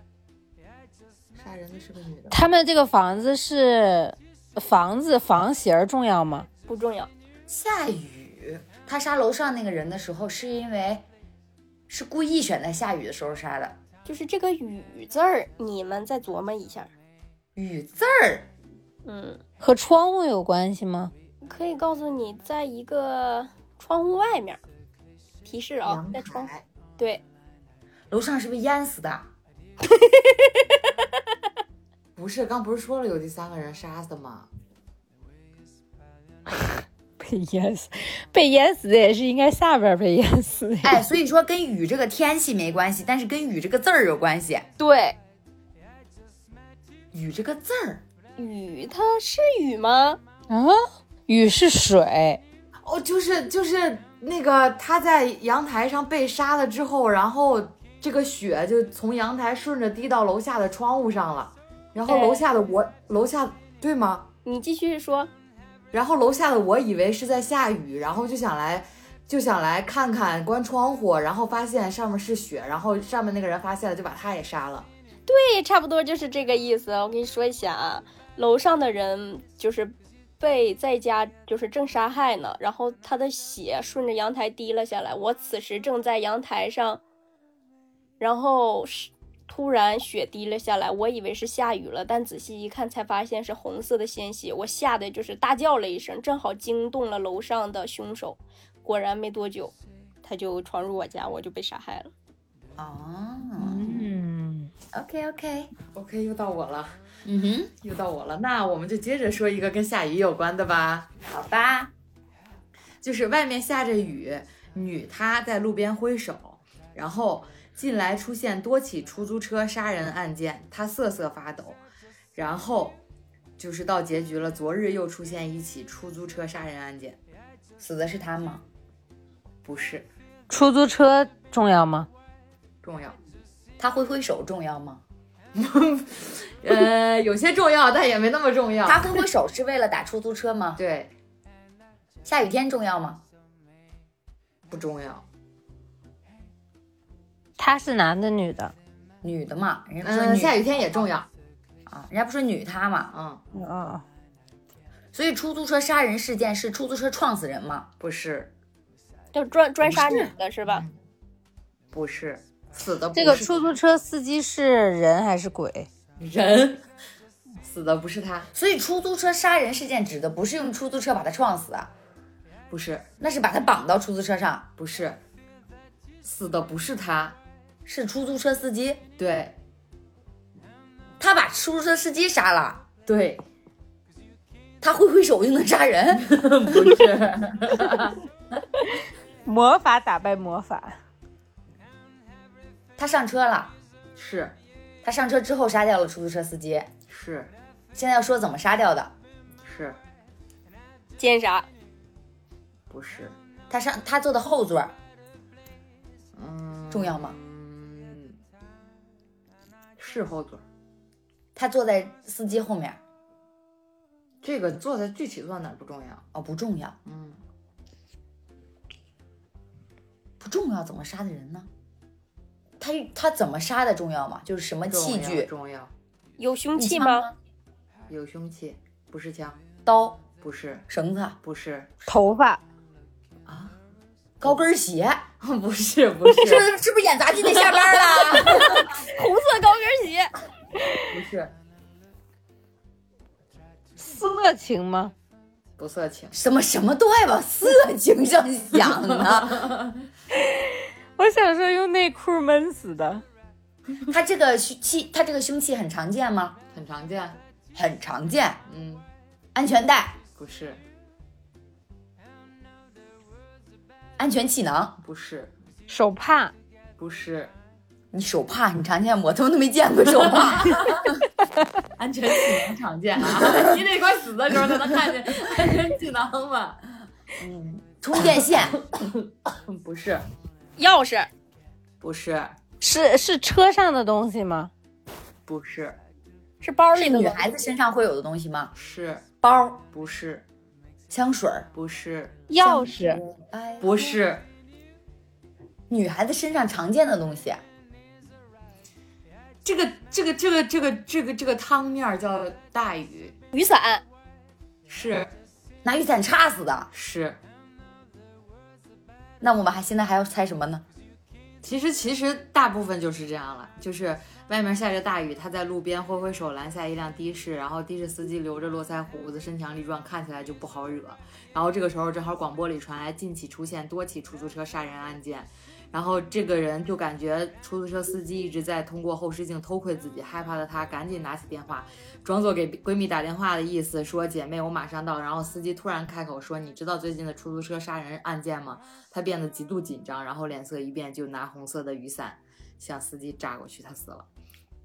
A: 杀人的是个女的，
C: 他们这个房子是房子房型儿重要吗？
E: 不重要，
B: 下雨，他杀楼上那个人的时候，是因为是故意选在下雨的时候杀的。
E: 就是这个“雨”字儿，你们再琢磨一下。
B: 雨字儿，
E: 嗯，
C: 和窗户有关系吗？
E: 可以告诉你，在一个窗户外面儿，提示
A: 哦
E: 啊、
B: 阳
E: 在窗户
B: 台，
E: 对，
B: 楼上是被淹死的。
A: 不是，刚不是说了有第三个人杀的吗？
C: 被淹死，被淹死的也是应该下边儿被淹死的。
B: 哎，所以说跟雨这个天气没关系，但是跟雨这个字儿有关系。
E: 对，
B: 雨这个字儿，
E: 雨它是雨吗？
C: 啊，雨是水，
A: 哦，就是就是那个他在阳台上被杀了之后，然后这个血就从阳台顺着滴到楼下的窗户上了，然后
E: 哎
A: 楼下的我、楼下对吗？
E: 你继续说，
A: 然后楼下的我以为是在下雨，然后就想来就想来看看关窗户，然后发现上面是雪，然后上面那个人发现了就把他也杀了。
E: 对，差不多就是这个意思。我跟你说一下啊，楼上的人就是被在家就是正杀害呢，然后他的血顺着阳台滴了下来。我此时正在阳台上，然后是突然血滴了下来，我以为是下雨了，但仔细一看才发现是红色的鲜血。我吓得就是大叫了一声，正好惊动了楼上的凶手。果然没多久，他就闯入我家，我就被杀害了。
B: 哦
C: 嗯，
B: ，OK OK，
A: OK，又到我了，
B: 嗯哼，
A: 又到我了。那我们就接着说一个跟下雨有关的吧。
B: 好吧，
A: 就是外面下着雨，女她在路边挥手，然后近来出现多起出租车杀人案件，她瑟瑟发抖，然后就是到结局了。昨日又出现一起出租车杀人案件，
B: 死的是他吗？
A: 不是
C: 出租车重要吗？
A: 重要，
B: 他挥挥手重要吗？
A: 呃，有些重要，但也没那么重要。
B: 他挥挥手是为了打出租车 吗？
A: 对
B: 下雨天重要吗？
A: 不重要，
C: 他是男的女的？
B: 女的嘛，人家不说
A: 嗯，
B: 女
A: 下雨天也重要，
B: 啊，人家不说女他嘛，
A: 嗯，
C: 嗯，
B: 所以出租车杀人事件是出租车撞死人吗？
A: 不是
E: 就专专杀女的是吧？
A: 不是死的不
C: 这个
A: 是
C: 出租车司机是人还是鬼？
A: 人，死的不是他，
B: 所以出租车杀人事件指的不是用出租车把他撞死，啊，
A: 不是
B: 那是把他绑到出租车上，
A: 不是死的不是他。
B: 是出租车司机，
A: 对
B: 他把出租车司机杀了，
A: 对，
B: 他挥挥手就能杀人。
A: 不是
C: 魔法打败魔法，
B: 他上车了，
A: 是
B: 他上车之后杀掉了出租车司机。
A: 是
B: 现在要说怎么杀掉的，
A: 是，
E: 奸杀。
A: 不是
B: 他上他坐的后座
A: 嗯
B: 重要吗？
A: 嗯，是后座儿，
B: 他坐在司机后面
A: 这个坐在具体坐哪儿不重要，
B: 哦，不重要，
A: 嗯，
B: 不重要，怎么杀的人呢？他他怎么杀的重要吗？就是什么
A: 重
B: 器
A: 要
B: 具？
A: 重要，
E: 有凶
B: 你
E: 器
B: 枪啊
E: 吗？？
A: 有凶器，不是枪，
B: 刀、
A: 不是
B: 绳子、
A: 不是
C: 头发
B: 高跟鞋，
A: 不是不
B: 是不
A: 是
B: 是是不是演杂技那下班了？
E: 红色高跟鞋，
A: 不是
C: 色情吗？
A: 不色情，
B: 什么什么都爱往色情上想呢？
C: 我想说用内裤闷死的，
B: 他这个凶器，他这个凶器很常见吗？
A: 很常见，
B: 很常见，
A: 嗯，
B: 安全带。
A: 不是
B: 安全气囊，
A: 不是，
C: 手帕，
A: 不是，
B: 你手帕，你常见我他妈都没见过手 帕，安全气囊常见啊，
A: 你得快死的时候才能看见安全气囊吧？
B: 充电 线，
A: 嗯不是，
E: 钥匙
A: 不是，
C: 是是车上的东西吗？
A: 不是，
E: 是包
B: 是
E: 里的
B: 女
E: 吗？
B: 孩子身上会有的东西吗？
A: 是，
B: 包、
A: 不是，
B: 香水儿，
A: 不是，
C: 钥匙，
B: 哎，
A: 不是，
B: 女孩子身上常见的东西，
A: 这个这个这个这个这个这个汤面儿叫大禹，
E: 雨伞，
A: 是
B: 拿雨伞插死的。
A: 是。
B: 那我们还现在还要猜什么呢？
A: 其实其实大部分就是这样了，就是外面下着大雨，他在路边挥挥手拦下一辆的士，然后的士司机留着络腮胡子，身强力壮，看起来就不好惹。然后这个时候正好广播里传来近期出现多起出租车杀人案件，然后这个人就感觉出租车司机一直在通过后视镜偷窥自己，害怕的她赶紧拿起电话，装作给闺蜜打电话的意思，说姐妹我马上到。然后司机突然开口说，你知道最近的出租车杀人案件吗？他变得极度紧张，然后脸色一变，就拿红色的雨伞向司机扎过去，他死了。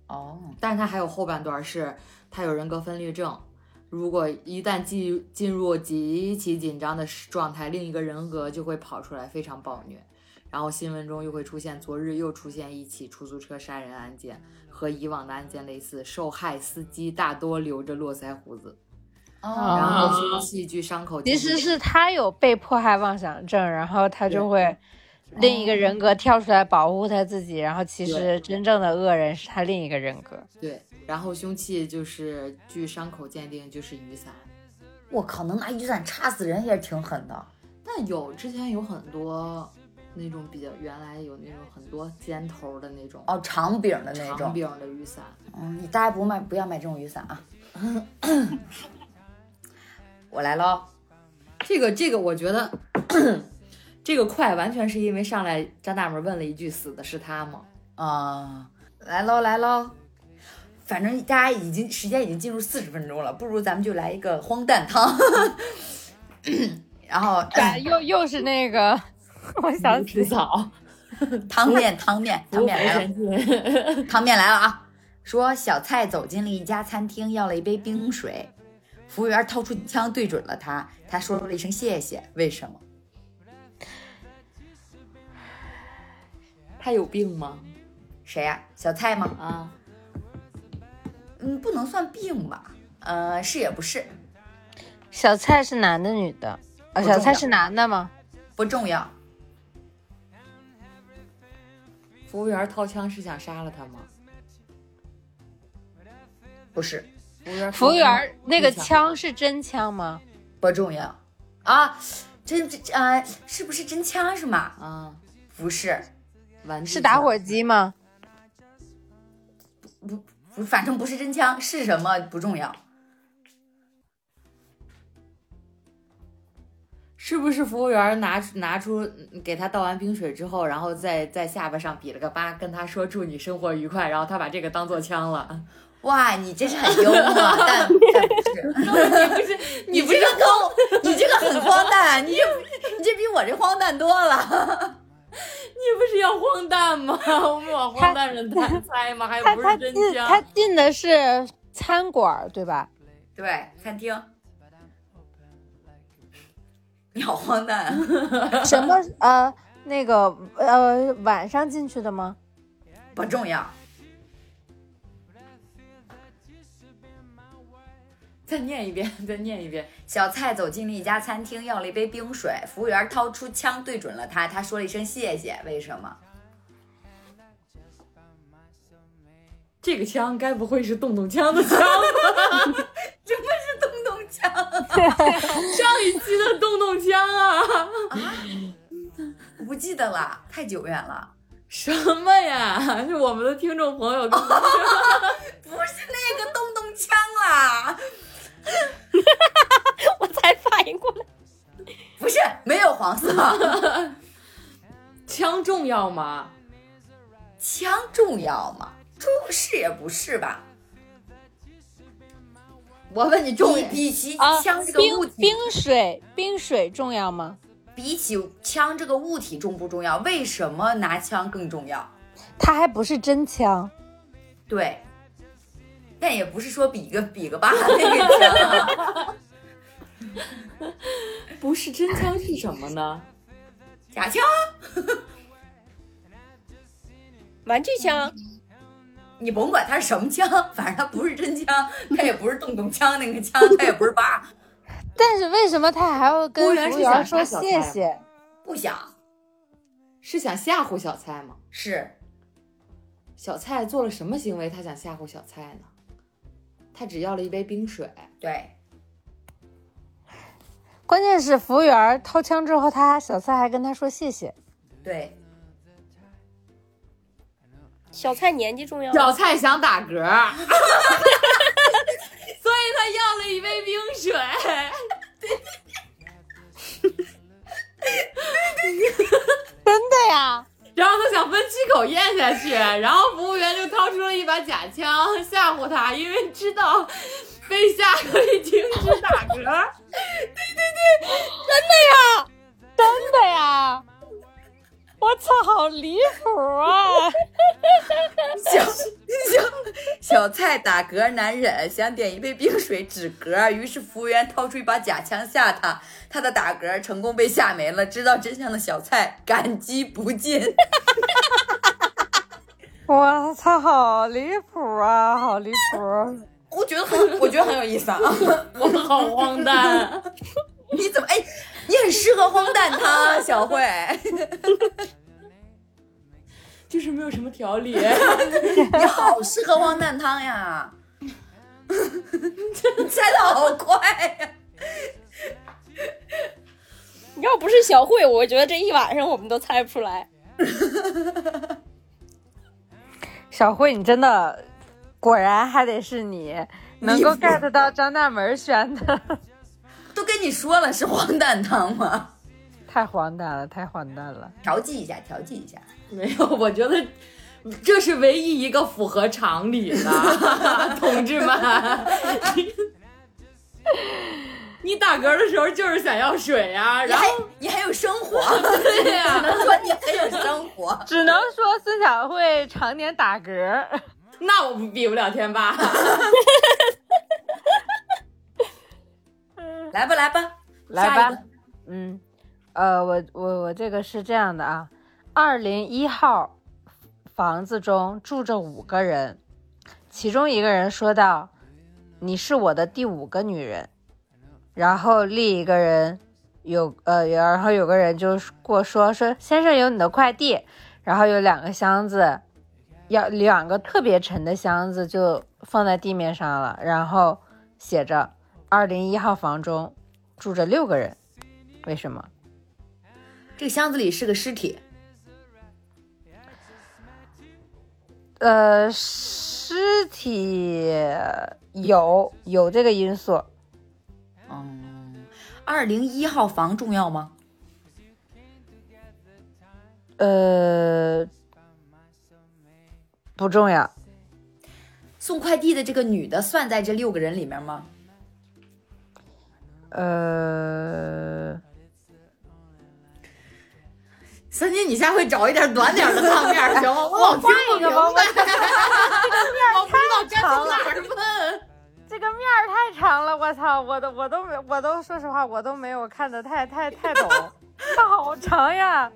B: 哦，
A: 但是他还有后半段是，他有人格分裂症，如果一旦进进入极其紧张的状态，另一个人格就会跑出来，非常暴虐。然后新闻中又会出现，昨日又出现一起出租车杀人案件，和以往的案件类似，受害司机大多留着络腮胡子，
B: 哦，
A: 然后是戏剧伤口。
C: 啊其实是他有被迫害妄想症，然后他就会另一个人格跳出来保护他自己，然后其实真正的恶人是他另一个人格。
A: 对，然后凶器就是据伤口鉴定就是雨伞。
B: 我靠，能拿雨伞插死人也是挺狠的。
A: 但有之前有很多那种比较原来有那种很多尖头的那种
B: 哦，长柄的那
A: 长
B: 种。
A: 柄的雨伞，
B: 嗯，你大家不买不要买这种雨伞啊。 我来喽，
A: 这个这个我觉得这个快完全是因为上来张大门问了一句死的是他吗？
B: 啊、来喽来喽。反正大家已经时间已经进入四十分钟了，不如咱们就来一个荒诞汤。 然后
C: 对， 又又是那个， 我想起
A: 草，
B: 汤面汤面汤面来了。 汤面来了啊！说小蔡走进了一家餐厅，要了一杯冰水，服务员掏出枪对准了他，他说了一声谢谢。为什么？
A: 他有病吗？
B: 谁呀、小蔡吗？
A: 啊，
B: 嗯，不能算病吧？呃，是也不是，
C: 小蔡是男的女的？啊，小蔡是男的吗？
B: 不重要。
A: 服务员掏枪是想杀了他吗？
B: 不是，
A: 服务员
C: 服务员那个
A: 枪
C: 枪是真枪吗？
B: 不重要啊！真这呃，是不是真枪是吗？
A: 啊，
B: 不是，
A: 玩具
C: 是打
A: 枪
C: 火机吗？
B: 不反正不是真枪，是什么不重要。
A: 是不是服务员拿出拿出给他倒完冰水之后，然后在在下巴上比了个八，跟他说祝你生活愉快，然后他把这个当做枪了。
B: 哇，你真是很幽默，啊 但但不是， 你不是你不是 高，你这个很荒诞，你这你这比我这荒诞多了。
A: 你不是要荒诞吗？ 我们往荒诞人 谈猜吗？还
C: 他
A: 不
C: 他
A: 是
C: 进
A: 真
C: 他
A: 枪。
C: 进的是餐馆儿对 吧？
B: 对，餐厅，你好荒诞啊！
C: 什么呃那个呃晚上进去的吗？
B: 不重要，
A: 再念一遍，再念一遍。
B: 小蔡走进了一家餐厅，要了一杯冰水，服务员掏出枪对准了他，他说了一声谢谢。为什么？
A: 这个枪该不会是洞洞枪的枪吧？
B: 咚咚锵！
A: 啊
C: 啊
A: 上一期的洞洞枪啊？
B: 我不记得了，太久远了。
A: 什么呀？是我们的听众朋友 跟我们
B: 不是那个咚咚啊锵啦，
E: 我才反应过来，
B: 不是，没有黄色，
A: 枪重要吗？
B: 枪重要吗？重是也不是吧？
A: 我问你
B: 比比起
C: 啊，
B: 枪这个
C: 冰
A: 啊
B: 物体，
C: 冰水冰水重要吗？
B: 比起枪这个物体重不重要，为什么拿枪更重要？
C: 他还不是真枪，
B: 对，但也不是说比个比个吧那个枪啊，
A: 不是真枪是什么呢？
B: 假枪。
E: 玩具枪，
B: 嗯你甭管它是什么枪，反正它不是真枪，它也不是洞洞枪那个枪，它也不是靶，
C: 但是为什么他还要跟
A: 服务员
C: 服务
A: 是想
C: 员说
A: 杀小
C: 谢
A: 菜啊
C: 谢？
B: 不想
A: 是想吓唬小蔡吗？
B: 是
A: 小蔡做了什么行为？他想吓唬小蔡呢？他只要了一杯冰水，
B: 对。
C: 关键是服务员掏枪之后，他小蔡还跟他说谢谢。
B: 对，
E: 小菜年纪重要吗。
A: 小蔡想打嗝，所以 他要了一杯冰水。
C: 真的呀？
A: 然后他想分七口咽下去，然后服务员就掏出了一把假枪吓唬他，因为知道被吓可以停止打嗝。
C: 真的呀？我操，好离谱啊！
B: 小小小蔡打嗝难忍，想点一杯冰水止嗝，于是服务员掏出一把假枪吓他，他的打嗝成功被吓没了。知道真相的小蔡感激不尽。
C: 我操，好离谱啊，好离谱！
B: 我觉得很，我觉得很有意思啊！
A: 我们好荒诞，
B: 你怎么哎，你很适合荒诞他，啊小慧。
A: 就是没有什么条 理。
B: 你好适合汪蛋汤呀！ 你猜的好快呀！
E: 要不是小慧，我觉得这一晚上我们都猜不出来。
C: 小慧，你真的果然还得是你能够 get 到张大门选的，
B: 都跟你说了是荒诞汤吗？
C: 太荒诞了，太荒诞了！
B: 调剂一下，调剂一下。
A: 没有，我觉得这是唯一一个符合常理的， 同志们。 你你打嗝的时候就是想要水呀、
B: 你
A: 然后
B: 还你还有生活，
A: 对呀、
B: 说你还有生活，
C: 只能说孙小慧常年打嗝。
A: 那我不比不了天霸。
B: 来吧来吧，
C: 来
B: 下一
C: 吧
B: 个，
C: 嗯，呃，我我我这个是这样的啊，二零一号房子中住着五个人，其中一个人说道：“你是我的第五个女人。”然后另一个人有呃，然后有个人就过说说先生有你的快递，然后有两个箱子，要两个特别沉的箱子就放在地面上了，然后写着二零一号房中住着六个人，为什么？
B: 这个箱子里是个尸体，
C: 呃，尸体有有这个因素，
B: 嗯，二零一号房重要吗？
C: 呃，不重要，
B: 送快递的这个女的算在这六个人里面吗？
C: 呃，
A: 三金，你下回找一点短点的汤面行 吗？我老听不明白，我不知 道该从哪儿问。
C: 这个面儿太长了，我操，我都我都没我都说实话，我都没有看的太太太懂，它好长呀。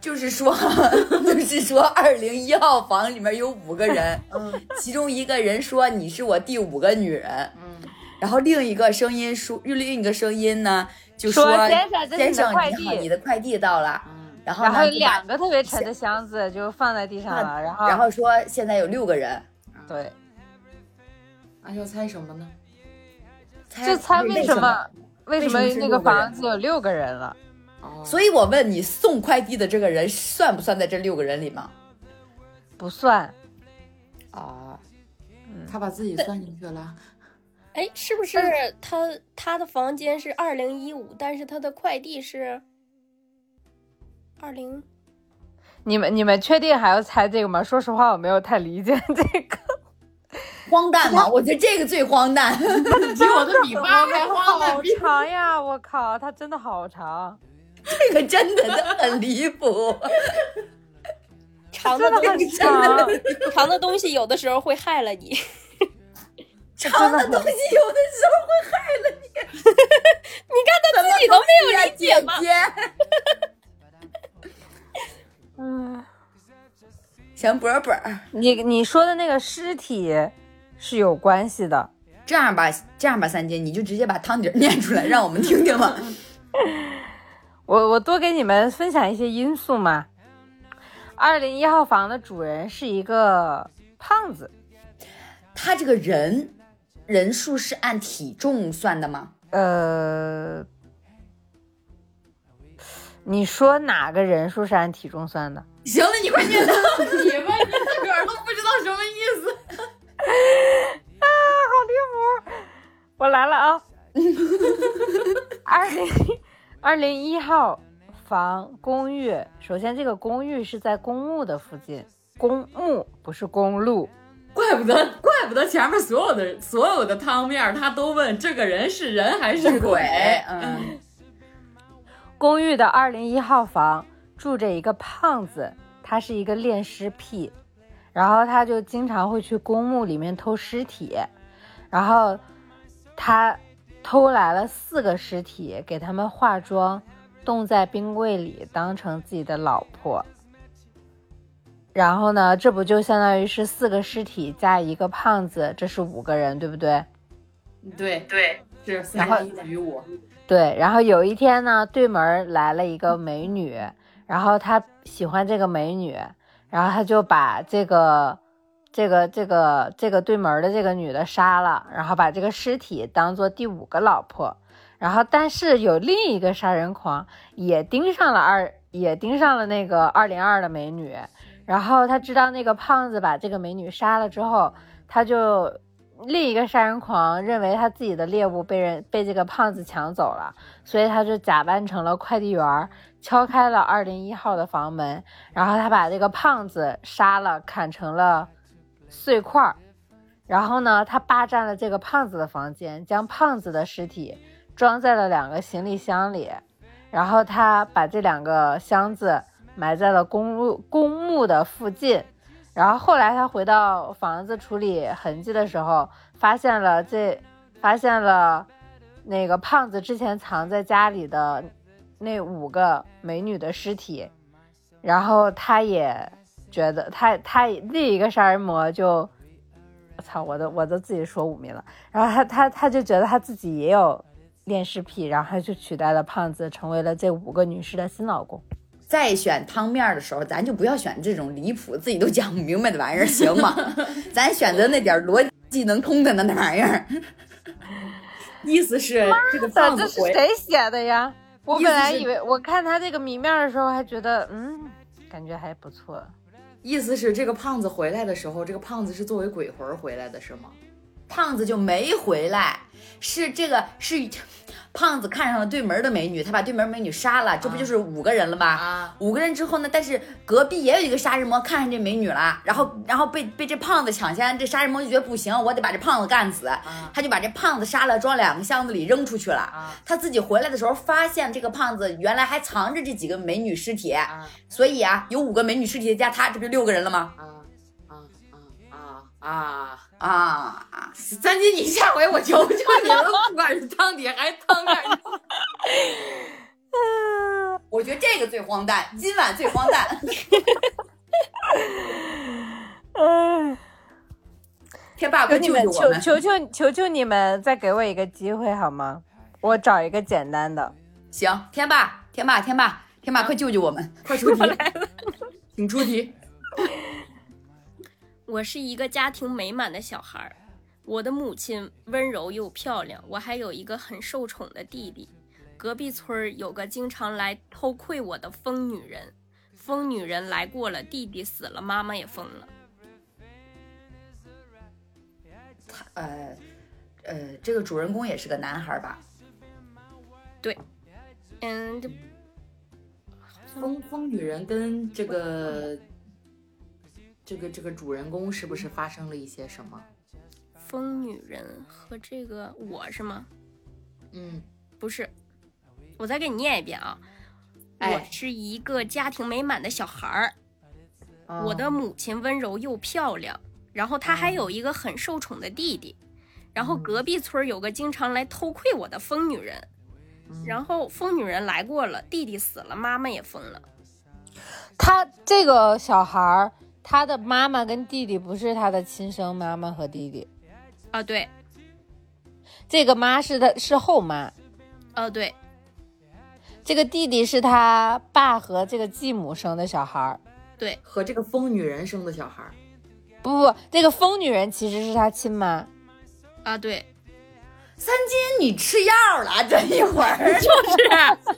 B: 就是说， 就是说，二零一号房里面有五个人，
C: 嗯
B: 其中一个人说你是我第五个女人，
A: 嗯，
B: 然后另一个声音说，另一个声音呢就
C: 说先生这是你的
B: 先生
C: 快
B: 你好，
C: 递
B: 你的快递到了，然后
C: 然后
B: 呢
C: 有
B: 就把
C: 两个特别沉的箱子就放在地上了，然后
B: 然后说现在有六个人，
C: 对，
A: 哎呦，猜什么呢？
B: 猜
C: 就猜哎为
B: 为
C: 什
B: 什
C: 么为
B: 为
C: 什
B: 什么
C: 么
B: 是
C: 那
B: 六
C: 个
B: 个人
C: 房子有六个人了。
A: 哦
B: 所以我问你，送快递的这个人算不算在这六个人里吗？
C: 不算，
B: 啊，
A: 嗯他把自己算进去了。
E: 哎，是不是
B: 嗯
E: 他他的房间是二零一五，但是他的快递是二零？
C: 你们你们确定还要猜这个吗？说实话，我没有太理解这个。
B: 荒诞吗？我觉得这个最荒诞，
F: 比我 的 米八还荒诞
C: 好。长呀！我靠，它真的好 长，
B: 这个真的很离 谱。
E: 长的
C: 真的
E: 东
C: 很
E: 西，
C: 长，
E: 长的东西有的时候会害了你。
B: 长的东西有的时候
E: 他 自己都没有理解吗？
B: 姐
C: 嗯，
B: 想哎博本儿。
C: 你你说的那个尸体是有关系的，
B: 这样吧，这样吧，三姐，你就直接把汤底儿念出来，让我们听听吧。
C: 我我多给你们分享一些因素嘛。二零一号房的主人是一个胖子，
B: 他这个人人数是按体重算的吗？
C: 呃，你说哪个人数是按体重算的？
B: 行了，你快念 吧。
F: 你们你自个儿都不知道什么意思。
C: 我来了啊！ 二零二零一号房公寓，首先这个公寓是在公墓的附近，公墓不是公路。
F: 怪不得，怪不得前面所有的所有的汤面儿，他都问这个人是人还是鬼。
B: 嗯，
C: 公寓的二零一号房住着一个胖子，他是一个恋尸癖，然后他就经常会去公墓里面偷尸体，然后他偷来了四个尸体，给他们化妆，冻在冰柜里当成自己的老婆。然后呢，这不就相当于是四个尸体加一个胖子，这是五个人，对不对？
F: 对对，是三
C: 然
F: 加
C: 后
F: 一等于五。
C: 对，然后有一天呢，对门儿来了一个美女，然后他喜欢这个美女，然后他就把这个这个这个这个对门儿的这个女的杀了，然后把这个尸体当做第五个老婆，然后但是有另一个杀人狂也盯上了二，也盯上了那个二零二的美女，然后他知道那个胖子把这个美女杀了之后，他就另一个杀人狂认为他自己的猎物被人被这个胖子抢走了，所以他就假扮成了快递员儿，敲开了二零一号的房门，然后他把这个胖子杀了，砍成了碎块儿。然后呢，他霸占了这个胖子的房间，将胖子的尸体装在了两个行李箱里，然后他把这两个箱子埋在了公路公墓的附近。然后后来他回到房子处理痕迹的时候，发现了这，发现了那个胖子之前藏在家里的那五个美女的尸体，然后他也觉得他他另一个杀人魔就，我操，我都我都自己说五名了，然后他他他就觉得他自己也有恋尸癖，然后他就取代了胖子，成为了这五个女尸的新老公。
B: 在选汤面儿的时候，咱就不要选这种离谱、自己都讲不明白的玩意儿，行吗？咱选择那点儿逻辑能通的那点儿玩意儿。
F: 意思是这个
C: 这
F: 胖
C: 这
F: 子
C: 是
F: 回，
C: 谁写的呀？我
F: 意思
C: 本来
F: 是
C: 以为我看他这个谜面的时候还觉得，嗯，感觉还不错。
A: 意思是这个胖子回来的时候，这个胖子是作为鬼魂回来的，是吗？
B: 胖子就没回来，是这个是胖子看上了对门的美女，他把对门美女杀了，这不就是五个人了吧？
A: 啊，
B: 五个人之后呢，但是隔壁也有一个杀人魔看上这美女了，然后然后被被这胖子抢先，这杀人魔就觉得不行，我得把这胖子干死，
F: 啊
B: 他就把这胖子杀了，装两个箱子里扔出去了。他自己回来的时候发现这个胖子原来还藏着这几个美女尸体，所以啊，有五个美女尸体加他，这不就六个人了吗？
A: 啊啊！
B: 啊，
A: 三姐，你下回我求求你了，不管是汤底还是汤面儿，
B: 我觉得这个最荒诞，今晚最荒 诞，
C: 嗯，
B: 天霸
C: 求
B: 快
C: 你
B: 救救我
C: 求
B: 们！
C: 求求求求你们再给我一个机会好吗？我找一个简单的。
B: 行，天霸，天霸，天霸，天霸，快救救我们！
A: 快出题，请出题。
E: 我是一个家庭美满的小孩儿，我的母亲温柔又漂亮，我还有一个很受宠的弟弟。隔壁村儿有个经常来偷窥我的疯女人，疯女人来过了，弟弟死了，妈妈也疯了。
B: 呃，呃，这个主人公也是个男孩吧？
E: 嗯，这
A: 疯疯女人跟这个这个这个主人公是不是发生了一些什么？
E: 疯女人和这个我是吗？
A: 嗯，
E: 不是，我再给你念一遍啊。
A: 哎
E: 我是一个家庭美满的小孩儿，
C: 嗯
B: 哦
E: 我的母亲温柔又漂亮，然后她还
C: 嗯
E: 有一个很受宠的弟弟，然后隔壁村儿有个经常来偷窥我的疯女人，
C: 嗯
E: 然后疯女人来过了，弟弟死了，妈妈也疯了，
C: 他这个小孩儿，他的妈妈跟弟弟不是他的亲生妈妈和弟弟，
E: 啊对，
C: 这个妈是他是后妈，
E: 啊对，
C: 这个弟弟是他爸和这个继母生的小孩儿。
A: 和这个疯女人生的小孩儿，
C: 不不，不这个疯女人其实是他亲妈。
E: 啊对，
A: 三金，你吃药了？这一 会儿
E: 就是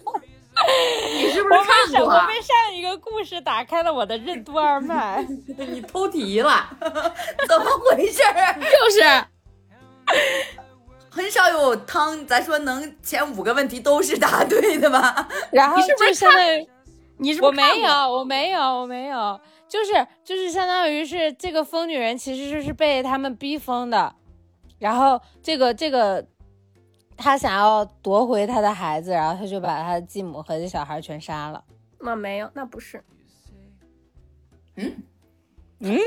F: 你是不是看过啊？
C: 上一个故事打开了我的任督二 脉。
F: 你偷题了，
A: 怎么回事儿？啊
E: 就是。
A: 很少有汤，咱说能前五个问题都是答对的 吧？
C: 然后
E: 你是不是
C: 就相当于
E: 你是不
C: 我
E: 是看
C: 没有，我没有，我没有，就是就是相当于是这个疯女人其实就是被他们逼疯的，然后这个这个她想要夺回她的孩子，然后她就把她的继母和这小孩全杀了。
E: 那啊没有，那不是。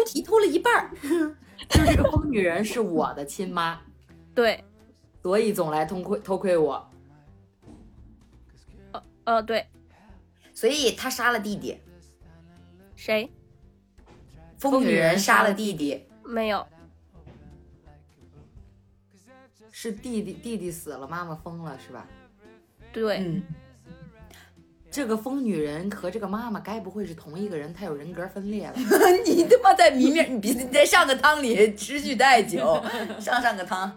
A: 题偷了一半儿，就是这个疯女人是我的亲妈，
E: 对，
A: 所以总来偷窥偷窥我。
E: 呃，对，
B: 所以他杀了弟弟，
E: 谁
B: 疯女人杀了弟弟，
E: 没有？
A: 是弟弟弟弟死了，妈妈疯了是吧？
E: 对，
B: 嗯，
A: 这个疯女人和这个妈妈该不会是同一个人？她有人格分裂了？
B: 你他妈在迷面，你别你在上个汤里持续太久，上上个汤。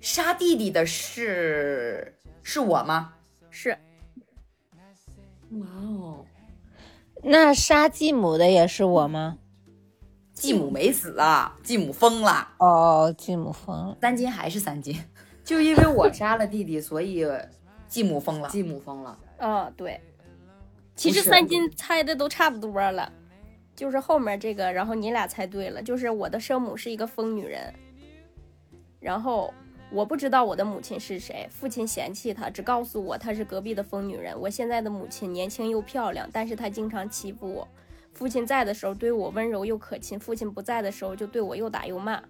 B: 杀弟弟的是是我吗？
E: 是
A: 哇哦，
C: 那杀继母的也是我吗？
B: 继母没死啊，继母疯了，
C: 哦，继母疯了。
B: 三金还是三金，
A: 就因为我杀了弟弟，所以
B: 继母疯了。
A: 继母疯了。
E: 啊、对。其
A: 不
E: 实
A: 是
E: 三金猜的都差不多了，就是后面这个，然后你俩猜对了，就是我的生母是一个疯女人，然后我不知道我的母亲是谁，父亲嫌弃她，只告诉我她是隔壁的疯女人。我现在的母亲年轻又漂亮，但是她经常欺负我。父亲在的时候对我温柔又可亲，父亲不在的时候就对我又打又骂。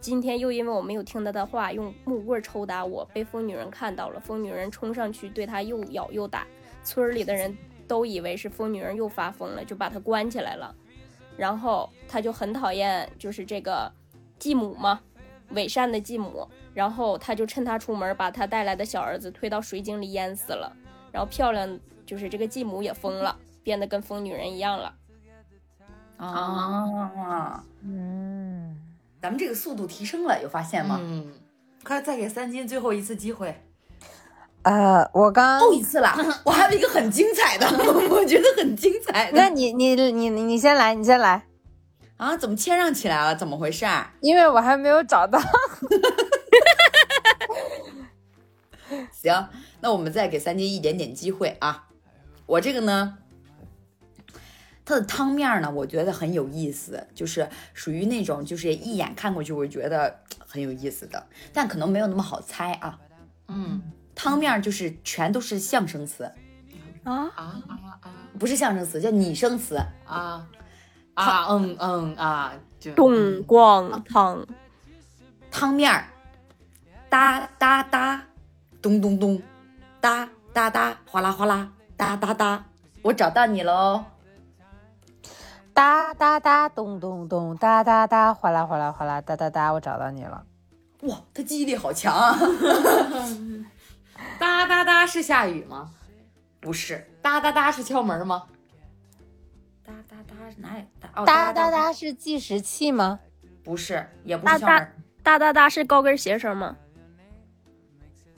E: 今天又因为我没有听他的话，用木棍抽打我，被疯女人看到了。疯女人冲上去对他又咬又打，村儿里的人都以为是疯女人又发疯了，就把她关起来了。然后他就很讨厌，就是这个继母嘛，伪善的继母。然后他就趁她出门，把她带来的小儿子推到水井里淹死了。然后漂亮就是这个继母也疯了，变得跟疯女人一样了。
B: 啊，
C: 嗯，
B: 咱们这个速度提升了，有发现吗？
A: 嗯，快再给三金最后一次机会。
C: 呃，我刚
B: 又一次了，我还有一个很精彩的，我觉得很精彩的
C: 那你你你你你先来，你先来，
B: 啊！怎么谦让起来了？怎么回事儿？
C: 因为我还没有找到。
B: 行，那我们再给三金一点点机会啊。我这个呢，它的汤面儿呢，我觉得很有意思，就是属于那种就是一眼看过去我觉得很有意思的，但可能没有那么好猜啊。
A: 嗯
B: 汤面儿就是全都是象声词，
A: 啊啊啊
B: 不是象声词，叫拟声词。
A: 啊啊嗯嗯啊，就
E: 冬光汤
B: 汤面儿，哒哒哒，咚咚咚，哒哒哒，哗啦哗啦，哒哒哒，我找到你哦喽！
C: 哒哒哒，咚咚咚，哒哒哒，哗啦哗啦哗啦，哒哒哒，我找到你了。
B: 哇，他记忆力好强啊！
A: 哒哒哒是下雨吗？
B: 不是，
A: 哒哒哒是敲门吗？
B: 哒哒哒是哪里？哦，
C: 哒
B: 哒
C: 哒
B: 哒
C: 哒是计时器吗？
B: 不是，也不
E: 哒
B: 是
E: 哒
B: 敲门，
E: 哒哒哒是高跟鞋声吗？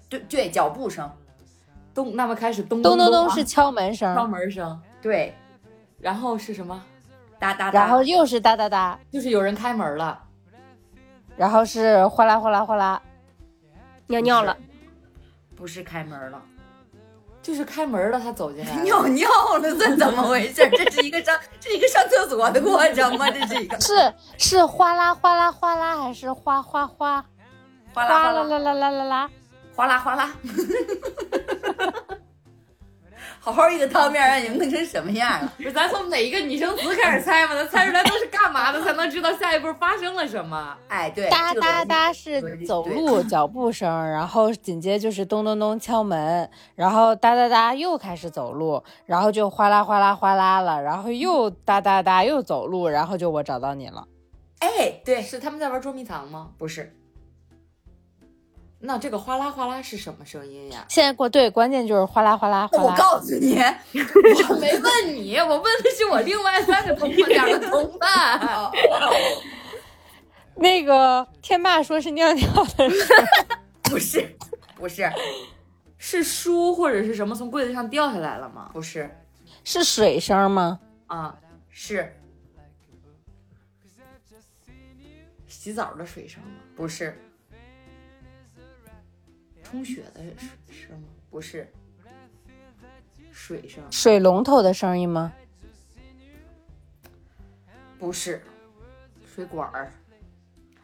B: 对对，脚步声，
A: 咚，那么开始咚
C: 咚咚
A: 咚
C: 咚
A: 啊
C: 是敲门
A: 敲
C: 声，
A: 门声，
B: 对，
A: 然后是什么？
B: 哒哒哒。
C: 然后又是哒哒哒，
A: 就是有人开门了。
C: 然后是哗啦哗啦哗啦，
E: 尿尿了，
B: 不是开门了，
A: 就是开门了，他走进来了，
B: 尿尿了，这怎么回事？这是一个上，这是一个上厕所的过程吗？这是一个
C: 是是哗啦哗啦哗啦，还是哗哗哗
B: 哗啦哗
C: 哗啦
B: 啦
C: 啦啦啦啦啦？
B: 哗啦哗啦，好好一个汤面，让你们弄成什么样啊了？
F: 不是咱从哪一个拟声词开始猜嘛？咱猜出来都是干嘛的，才能知道下一步发生了什么。
B: 哎，对，
C: 哒
B: 这个
C: 哒
B: 逻辑
C: 哒是 走路脚步声，然后紧接就是咚咚咚敲门，然后哒哒哒又开始走路，然后就哗啦哗啦哗啦了，然后又哒哒哒又走路，然后就我找到你了。
B: 哎，对，
A: 是他们在玩捉迷藏吗？
B: 不是
A: 那这个哗啦哗啦是什么声音呀？
C: 现在过对，关键就是哗啦哗啦哗
B: 我
C: 啦。
B: 告诉你，
F: 我没问你，我问的是我另外三个同两个同伴。
C: 那个天霸说是尿尿的声儿，
B: 不是，不是，
A: 是书或者是什么从柜子上掉下来了吗？
B: 不是，
C: 是水声吗？
A: 啊，
B: 是
A: 洗澡的水声吗？
B: 不是
A: 冲雪的水声吗？
B: 不是
A: 水声
C: 水龙头的声音吗？
B: 不是？
A: 水管儿，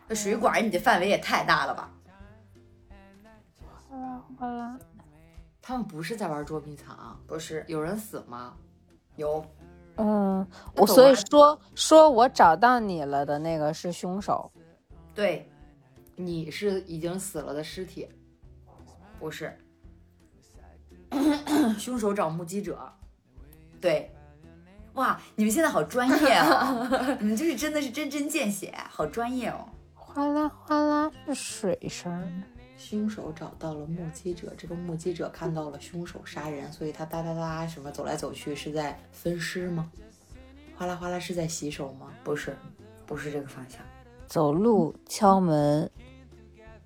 B: 那水管你的范围也太大了吧？
A: 他们不是在玩捉迷藏，啊
B: 不是，
A: 有人死吗？
B: 有
C: 嗯，
A: 那
C: 我
A: 懂
C: 所以
A: 了
C: 说说我找到你了的那个是凶手，
B: 对，
A: 你是已经死了的尸体，
B: 不是
A: 凶手找目击者，
B: 对。哇，你们现在好专业 哦！你们就是真的是针针见血，好专业哦。
C: 哗啦哗啦是水声儿。
A: 凶手找到了目击者，这个目击者看到了凶手杀人，所以他哒哒哒什么走来走去是在分尸吗？哗啦哗啦是在洗手吗？
B: 不是，不是这个方向。
C: 走路敲门，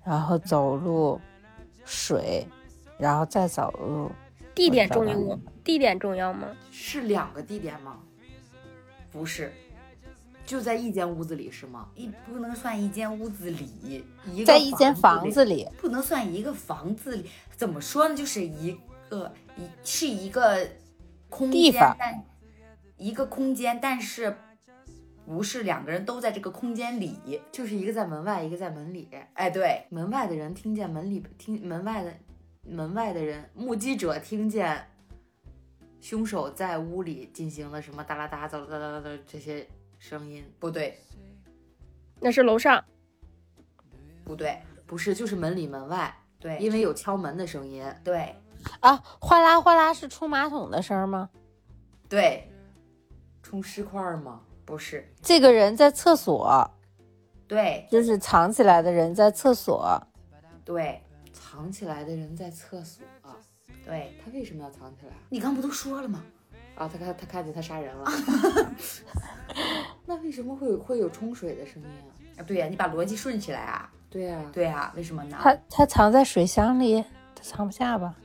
C: 然后走路水，然后再走路。
E: 地点重要吗？地点重要吗？
A: 是两个地点吗？
B: 不是，
A: 就在一间屋子里是吗？
B: 一不能算一间屋子里，一个
C: 在一间
B: 里
C: 房子里，
B: 不能算一个房子里，怎么说呢？就是一个一是一个空间，
C: 地方
B: 但一个空间，但是不是两个人都在这个空间里？
A: 就是一个在门外，一个在门里。
B: 哎，对，
A: 门外的人听见门里听门外的门外的人，目击者听见凶手在屋里进行了什么哒啦哒走啦哒啦哒啦这些声音，
B: 不对，
E: 那是楼上，
B: 不对，
A: 不是就是门里门外，
B: 对，
A: 因为有敲门的声音。
B: 对，
C: 啊，哗啦哗啦是冲马桶的声儿吗？
B: 对，
A: 冲尸块儿吗？
B: 不是，
C: 这个人在厕所，
B: 对，
C: 就是藏起来的人在厕所，
B: 对，
A: 藏起来的人在厕所、
B: 对，
A: 他为什么要藏起来
B: 你刚不都说了吗？
A: 啊？他看他看见他杀人了， 那为什么会有会有冲水的声音啊？
B: 啊，对呀、你把逻辑顺起来啊。
A: 对啊，
B: 对啊，为什么呢？
C: 他他藏在水箱里，他藏不下吧？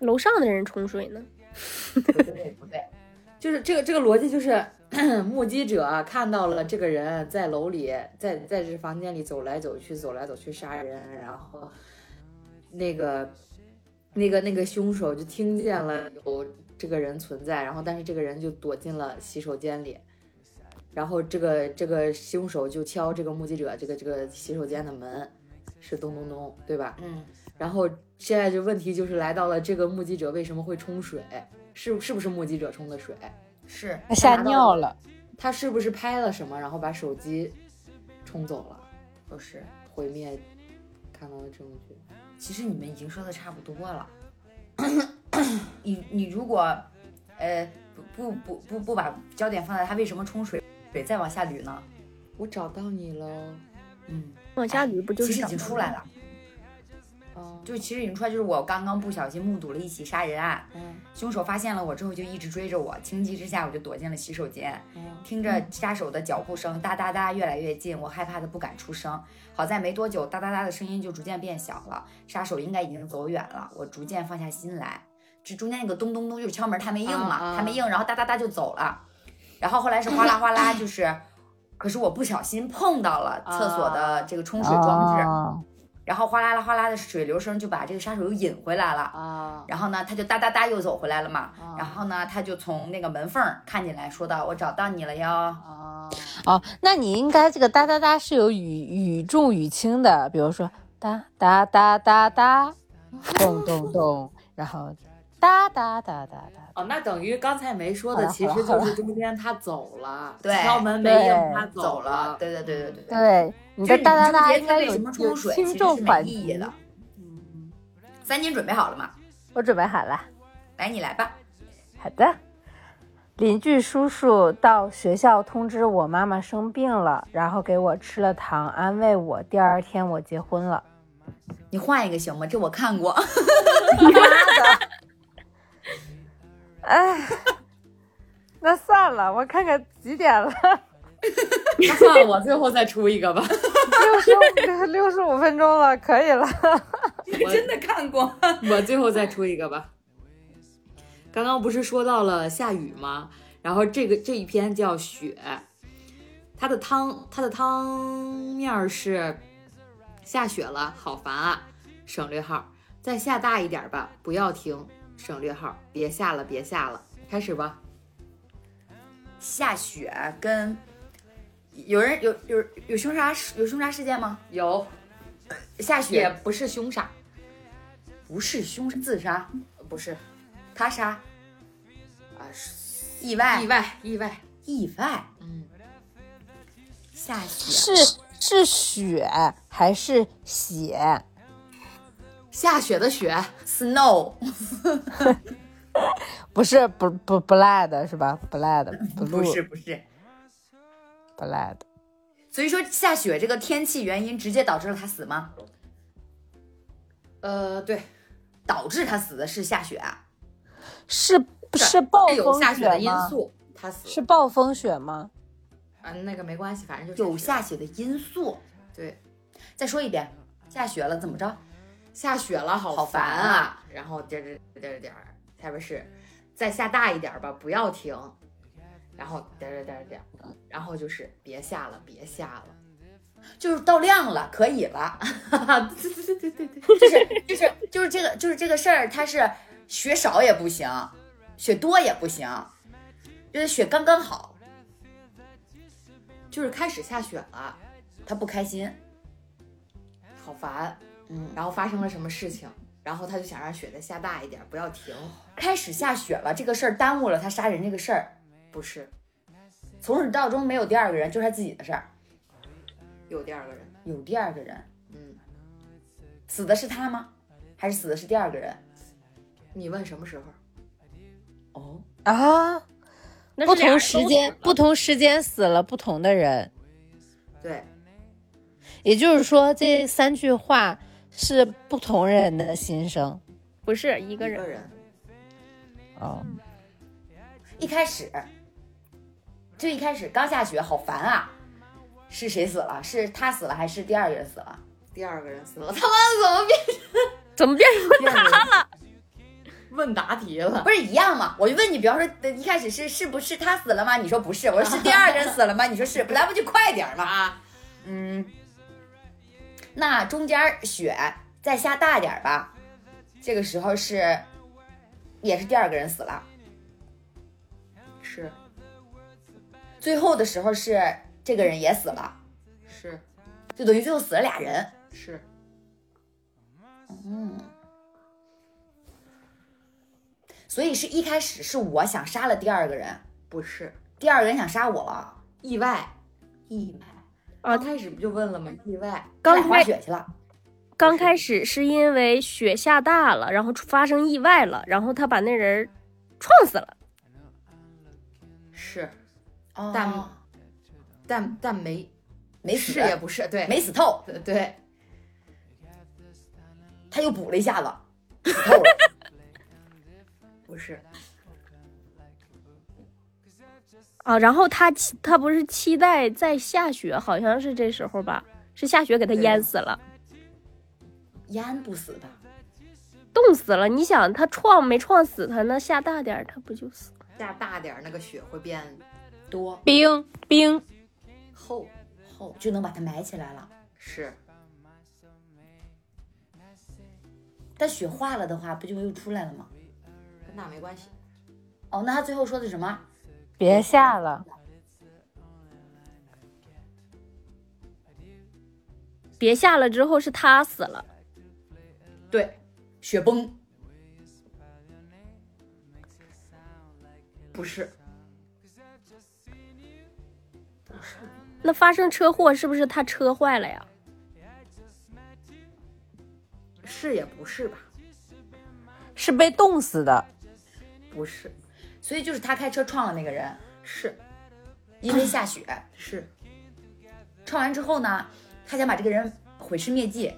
E: 楼上的人冲水呢？
B: 不对，不对，
A: 就是这个这个逻辑就是 目击者啊看到了这个人在楼里，在在这房间里走来走去，走来走去杀人，然后那个那个那个凶手就听见了有这个人存在，然后但是这个人就躲进了洗手间里，然后这个这个凶手就敲这个目击者这个这个洗手间的门，是咚咚咚，对吧？
B: 嗯，
A: 然后现在这问题就是来到了这个目击者为什么会冲水？是是不是目击者冲的水？
B: 是
C: 他吓尿了，
A: 他是不是拍了什么，然后把手机冲走了，
B: 不是？
A: 毁灭看到的证据？
B: 其实你们已经说的差不多了。你你如果，呃，不不不不不把焦点放在他为什么冲水，水再往下捋呢？
A: 我找到你喽！
B: 嗯，
E: 往
C: 哎
E: 下捋不就
B: 其实
E: 是
B: 已
E: 找
B: 经
E: 到
B: 出
E: 吗
B: 来了，
A: 哦，
B: 就其实已经出来，就是我刚刚不小心目睹了一起杀人案，
A: 嗯
B: 凶手发现了我之后就一直追着我，情急之下我就躲进了洗手间，
A: 嗯，
B: 听着杀手的脚步声哒哒哒越来越近，我害怕的不敢出声。好在没多久，哒哒哒的声音就逐渐变小了，杀手应该已经走远了，我逐渐放下心来。这中间那个咚咚咚就是敲门，他没应嘛，
A: 啊啊
B: 他没应，然后哒哒哒就走了。然后后来是哗啦哗 啦，
A: 啊
B: 就是，可是我不小心碰到了厕所的这个冲水装置，
C: 哦
B: 然后哗啦啦哗啦的水流声就把这个杀手又引回来了。
A: 啊，
B: 然后呢，他就哒哒哒又走回来了嘛。
A: 啊
B: 然后呢，他就从那个门缝儿看进来，说道：“我找到你了哟。
A: 啊，
C: 哦，那你应该这个哒哒哒是有语语重语轻的，比如说哒哒哒哒哒，咚咚咚，然后哒哒哒哒哒，
A: 哦，那等于刚才没说
C: 好
A: 的，
C: 了
A: 其实就是中间他走了，
B: 对
A: 敲门没应，
C: 对
A: 他”
B: 走
A: 了
B: 了。，对对对对对对。
C: 对，你的哒哒哒
B: 就是
C: 应
B: 你嗯中间
C: 该
B: 特别
C: 有
B: 什么冲水，
C: 轻
B: 其实
C: 重
B: 是没
C: 缓
B: 意义
C: 急
B: 的。嗯三金准备好了吗？
C: 我准备好了。
B: 来，你来吧。
C: 好的。邻居叔叔到学校通知我妈妈生病了，然后给我吃了糖安慰我。第二天我结婚了。
B: 你换一个行吗？这我看 过。
C: 哎，那算了，我看看几点了，
A: 那算了，我最后再出一个吧。
C: 六十五六十五分钟了，可以了。
B: 真的看过。
A: 我最后再出一个吧。刚刚不是说到了下雨吗？然后这个这一篇叫雪，它的汤它的汤面儿是下雪了，好烦啊！省略号，再下大一点吧，不要停。省略号，别下了，别下了，开始吧。
B: 下雪跟有人有有有凶杀事有凶杀事件吗？
A: 有，
B: 下
A: 也
B: 雪
A: 不是凶杀，
B: 不 是凶杀自杀，
A: 不是
B: 他杀
A: 啊，是
B: 意外
A: 意外，意外，
B: 意外
A: 嗯，
B: 下雪
C: 是是雪还是血？
A: 下雪的雪，
B: snow
C: 不是不不不赖的是吧？不赖的，不
B: 不是不是，
C: 不赖的。
B: 所以说下雪这个天气原因直接导致了他死吗？
A: 呃，对，
B: 导致他死的是下雪啊？
C: 是是暴
A: 是有
C: 风
A: 下雪的
C: 雪
A: 因
C: 吗？
A: 素，他死了
C: 是暴风雪吗？
A: 啊，那个没关系，反正就是
B: 有下雪的因素。
A: 对，
B: 再说一遍，下雪了怎么着？
A: 下雪了，好
B: 好
A: 烦
B: 烦
A: 啊！
B: 啊
A: 然后点儿点儿点儿点儿，下边是再下大一点儿吧，不要停。然后点儿点儿点儿点儿，然后就是别下了，别下
B: 就是到量了，可以了。
A: 了。对对对对对，
B: 就是就是就是这个就是这个事儿，它是雪少也不行，雪多也不行，就是雪刚刚好，
A: 就是开始下雪了，
B: 他不开心。
A: 好烦。
B: 嗯，
A: 然后发生了什么事情？然后他就想让雪再下大一点儿，不要停。
B: 开始下雪了，这个事儿耽误了他杀人这个事儿，
A: 不是，
B: 从始到终没有第二个人，就是他自己的事儿。
A: 有第二个人，
B: 有第二个人，
A: 嗯，
B: 死的是他吗？还是死的是第二个人？
A: 你问什么时候？
B: 哦，
C: 啊，
E: 那
C: 不
E: 是俩
C: 同
E: 人
C: 时
E: 都
C: 间
E: 死了
C: 不同时间死了不同的人，
A: 对，
C: 也就是说这三句话是不同人的心声。
E: 不是一
A: 一
E: 个人，
A: 人，
C: 哦，
B: 一开始就一开始刚下雪，好烦啊！是谁死了？是他死了还是第二个人死了？
A: 第二个人死了，他妈怎么变
E: 怎么变成
A: 第二个人问答题了？
B: 不是一样吗？我就问你，比方说呃一开始是是不是他死了吗？你说不是，我说是第二个人死了吗？你说是，来不就快点儿吗？
A: 啊，
B: 嗯，那中间儿雪再下大点儿吧，这个时候是也是第二个人死了，
A: 是
B: 最后的时候是这个人也死了，
A: 是
B: 就等于最后死了俩人。
A: 是，
B: 嗯，所以是一开始是我想杀了第二个人，
A: 不是
B: 第二个人想杀我，
A: 意外？
B: 意外，
E: 啊
A: 刚开始不就问了吗？意外。
B: 他
E: 刚
B: 俩滑
E: 开
B: 雪去了。
E: 刚开始是因为雪下大了，然后出发生意外了，然后他把那人儿撞死了。
A: 是，
B: 哦
A: 但但但没
B: 没死
A: 是也不是，对，
B: 没死透，
A: 对 对，
B: 他又补了一下子，死透了。
A: 不是，
E: 啊，然后他期他不是期待在下雪，好像是这时候吧，是下雪给他淹死了，
B: 烟不死吧？
E: 冻死了。你想他撞没撞死他呢？下大点儿他不就死了？
A: 下大点儿那个雪会变
B: 多
C: 冰冰
A: 厚，
B: 厚就能把它埋起来了。
A: 是
B: 但雪化了的话，不就又出来了吗？
A: 跟那没关系。
B: 哦，那他最后说的什么？
C: 别下了，
E: 别下了之后是他死了，
B: 对，雪崩
F: 不是，
E: 那发生车祸是不是他车坏了呀？
A: 是也不是吧？
C: 是被冻死的。
A: 不是，
B: 所以就是他开车撞了那个人，
A: 是
B: 因为下雪，
A: 是
B: 撞完之后呢，他想把这个人毁尸灭迹，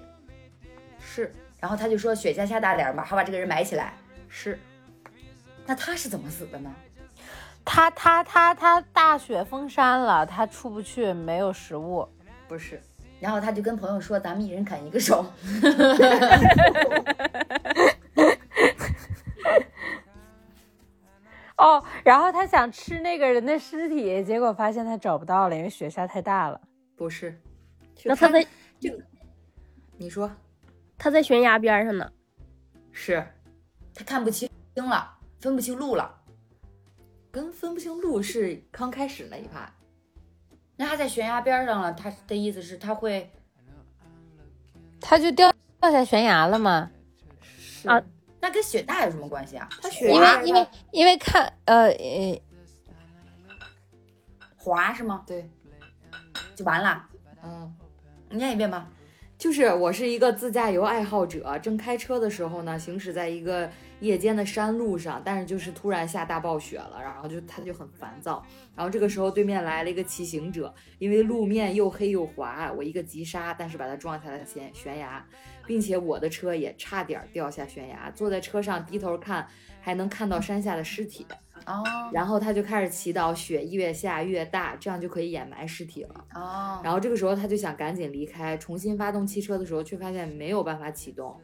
A: 是
B: 然后他就说雪下下大点儿嘛，好把这个人埋起来。
A: 是，
B: 那他是怎么死的呢？
C: 他他他他大雪封山了，他出不去，没有食物。
A: 不是
B: 然后他就跟朋友说，咱们一人砍一个手。
C: 哦，然后他想吃那个人的尸体，结果发现他找不到了，因为雪下太大了。
A: 不是？
E: 那他在
A: 你说
E: 他在悬崖边上呢，
A: 是
B: 他看不清了，分不清路了。
A: 跟分不清路是刚开始那一趴，
B: 那他在悬崖边上了，他的意思是他会
C: 他就掉掉下悬崖了嘛？
A: 是
E: 啊
B: 那跟雪大有什么关系啊？
A: 他雪
C: 因
A: 压
C: 为因为因为看呃呃
B: 滑是吗？
A: 对，
B: 就完了。
A: 嗯。
B: 你念一遍吧。
A: 就是我是一个自驾游爱好者，正开车的时候呢，行驶在一个夜间的山路上，但是就是突然下大暴雪了，然后就他就很烦躁，然后这个时候对面来了一个骑行者，因为路面又黑又滑，我一个急刹，但是把他撞下了悬悬崖，并且我的车也差点掉下悬崖，坐在车上低头看，还能看到山下的尸体，
B: 哦
A: 然后他就开始祈祷雪越下越大，这样就可以掩埋尸体了。
B: 哦，
A: 然后这个时候他就想赶紧离开，重新发动汽车的时候，却发现没有办法启动。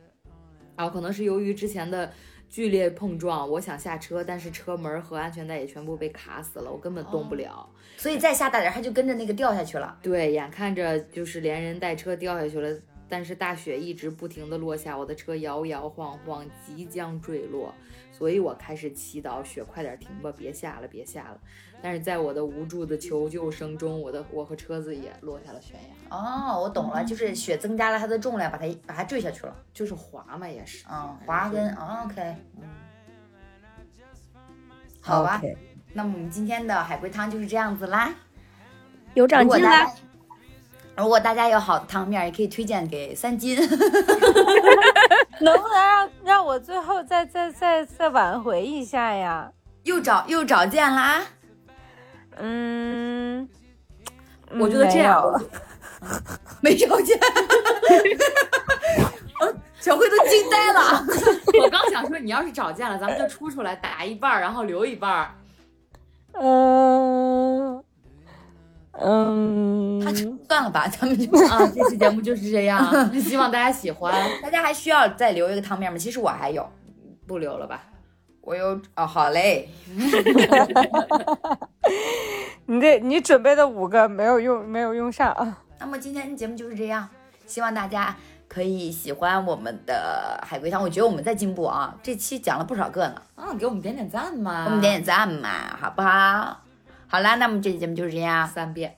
A: 然后可能是由于之前的剧烈碰撞，我想下车，但是车门和安全带也全部被卡死了，我根本动不了。
B: 所以再下大点儿，他就跟着那个掉下去了。
A: 对，眼看着就是连人带车掉下去了，但是大雪一直不停的落下，我的车摇摇晃晃，即将坠落，所以我开始祈祷雪快点停吧，别下了，别下了。但是在我的无助的求救声中，我的我和车子也落下了悬崖，
B: 哦，我懂了，就是雪增加了它的重量，把它把它坠下去了。
A: 就是滑嘛，也是。
B: 啊、滑跟、 哦、OK，好吧。
C: OK
B: 那么我们今天的海龟汤就是这样子啦。
E: 有长
B: 如果
E: 进
B: 大家
E: 啦，
B: 如果大家有好的汤面，也可以推荐给三金。
C: 能不能让让我最后再再再再挽回一下呀？
B: 又找又找见啦啊！
C: 嗯，
A: 我觉得这样
C: 嗯没
B: 没
C: 有
B: 找见， 哦小慧都惊呆了。
F: 我刚想说，你要是找见了，咱们就出出来打一半儿，然后留一半 儿。
C: 嗯嗯，
B: 算了吧，咱们就
F: 啊，这期节目就是这样，希望大家喜欢。
B: 大家还需要再留一个汤面吗？其实我还有，
F: 不留了吧？
B: 我有哦，好嘞，
C: 你这你准备的五个没有用，没有用上啊。
B: 那么今天节目就是这样，希望大家可以喜欢我们的海龟汤。我觉得我们在进步啊，这期讲了不少个呢，
F: 啊，给我们点点赞嘛！
B: 给我们点点赞嘛，好不好？好啦，那么这期节目就是这样，
F: 三遍，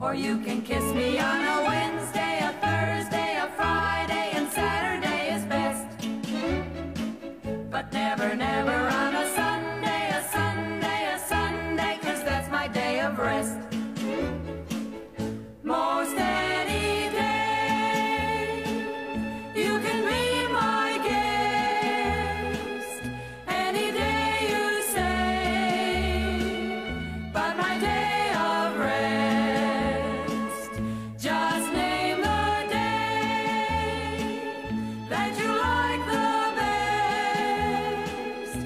G: Or you can kiss me on a Wednesday, a Thursday, a Friday, and Saturday is best. But never, never on a Sunday, a Sunday, a Sunday, cause that's my day of rest most any day. You can be my guest any day you say, but my day of rest. Just name the day that you like the best.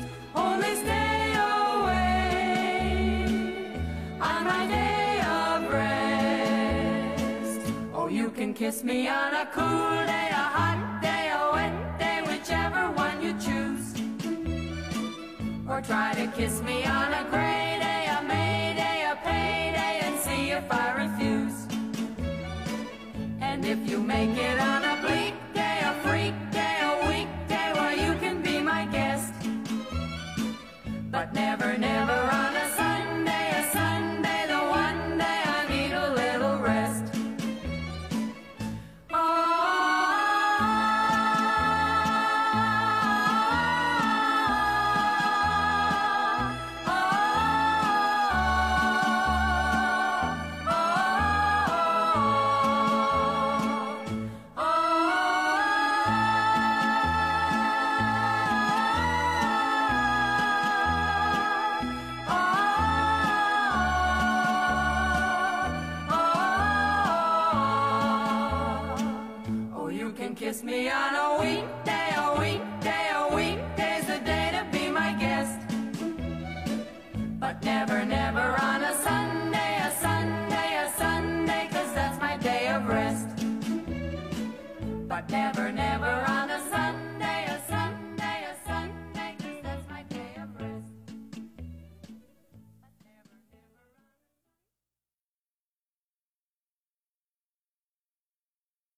A: Oh, kiss me on a cool day, a hot day, a wet day, whichever one you choose. Or try to kiss me on a gray day, a May day, a payday, and see if I refuse. And if you make it on a bleak day, a freak day, a weekday, well, you can be my guest. But never, never on a Sunday, a Sunday, the one day I need a little rest. Oh, Oh, you can kiss me on a weekday, a weekday, a weekday's the day to be my guest. But never, never on a Sunday, a Sunday, a Sunday, cause that's my day of rest. But never, never.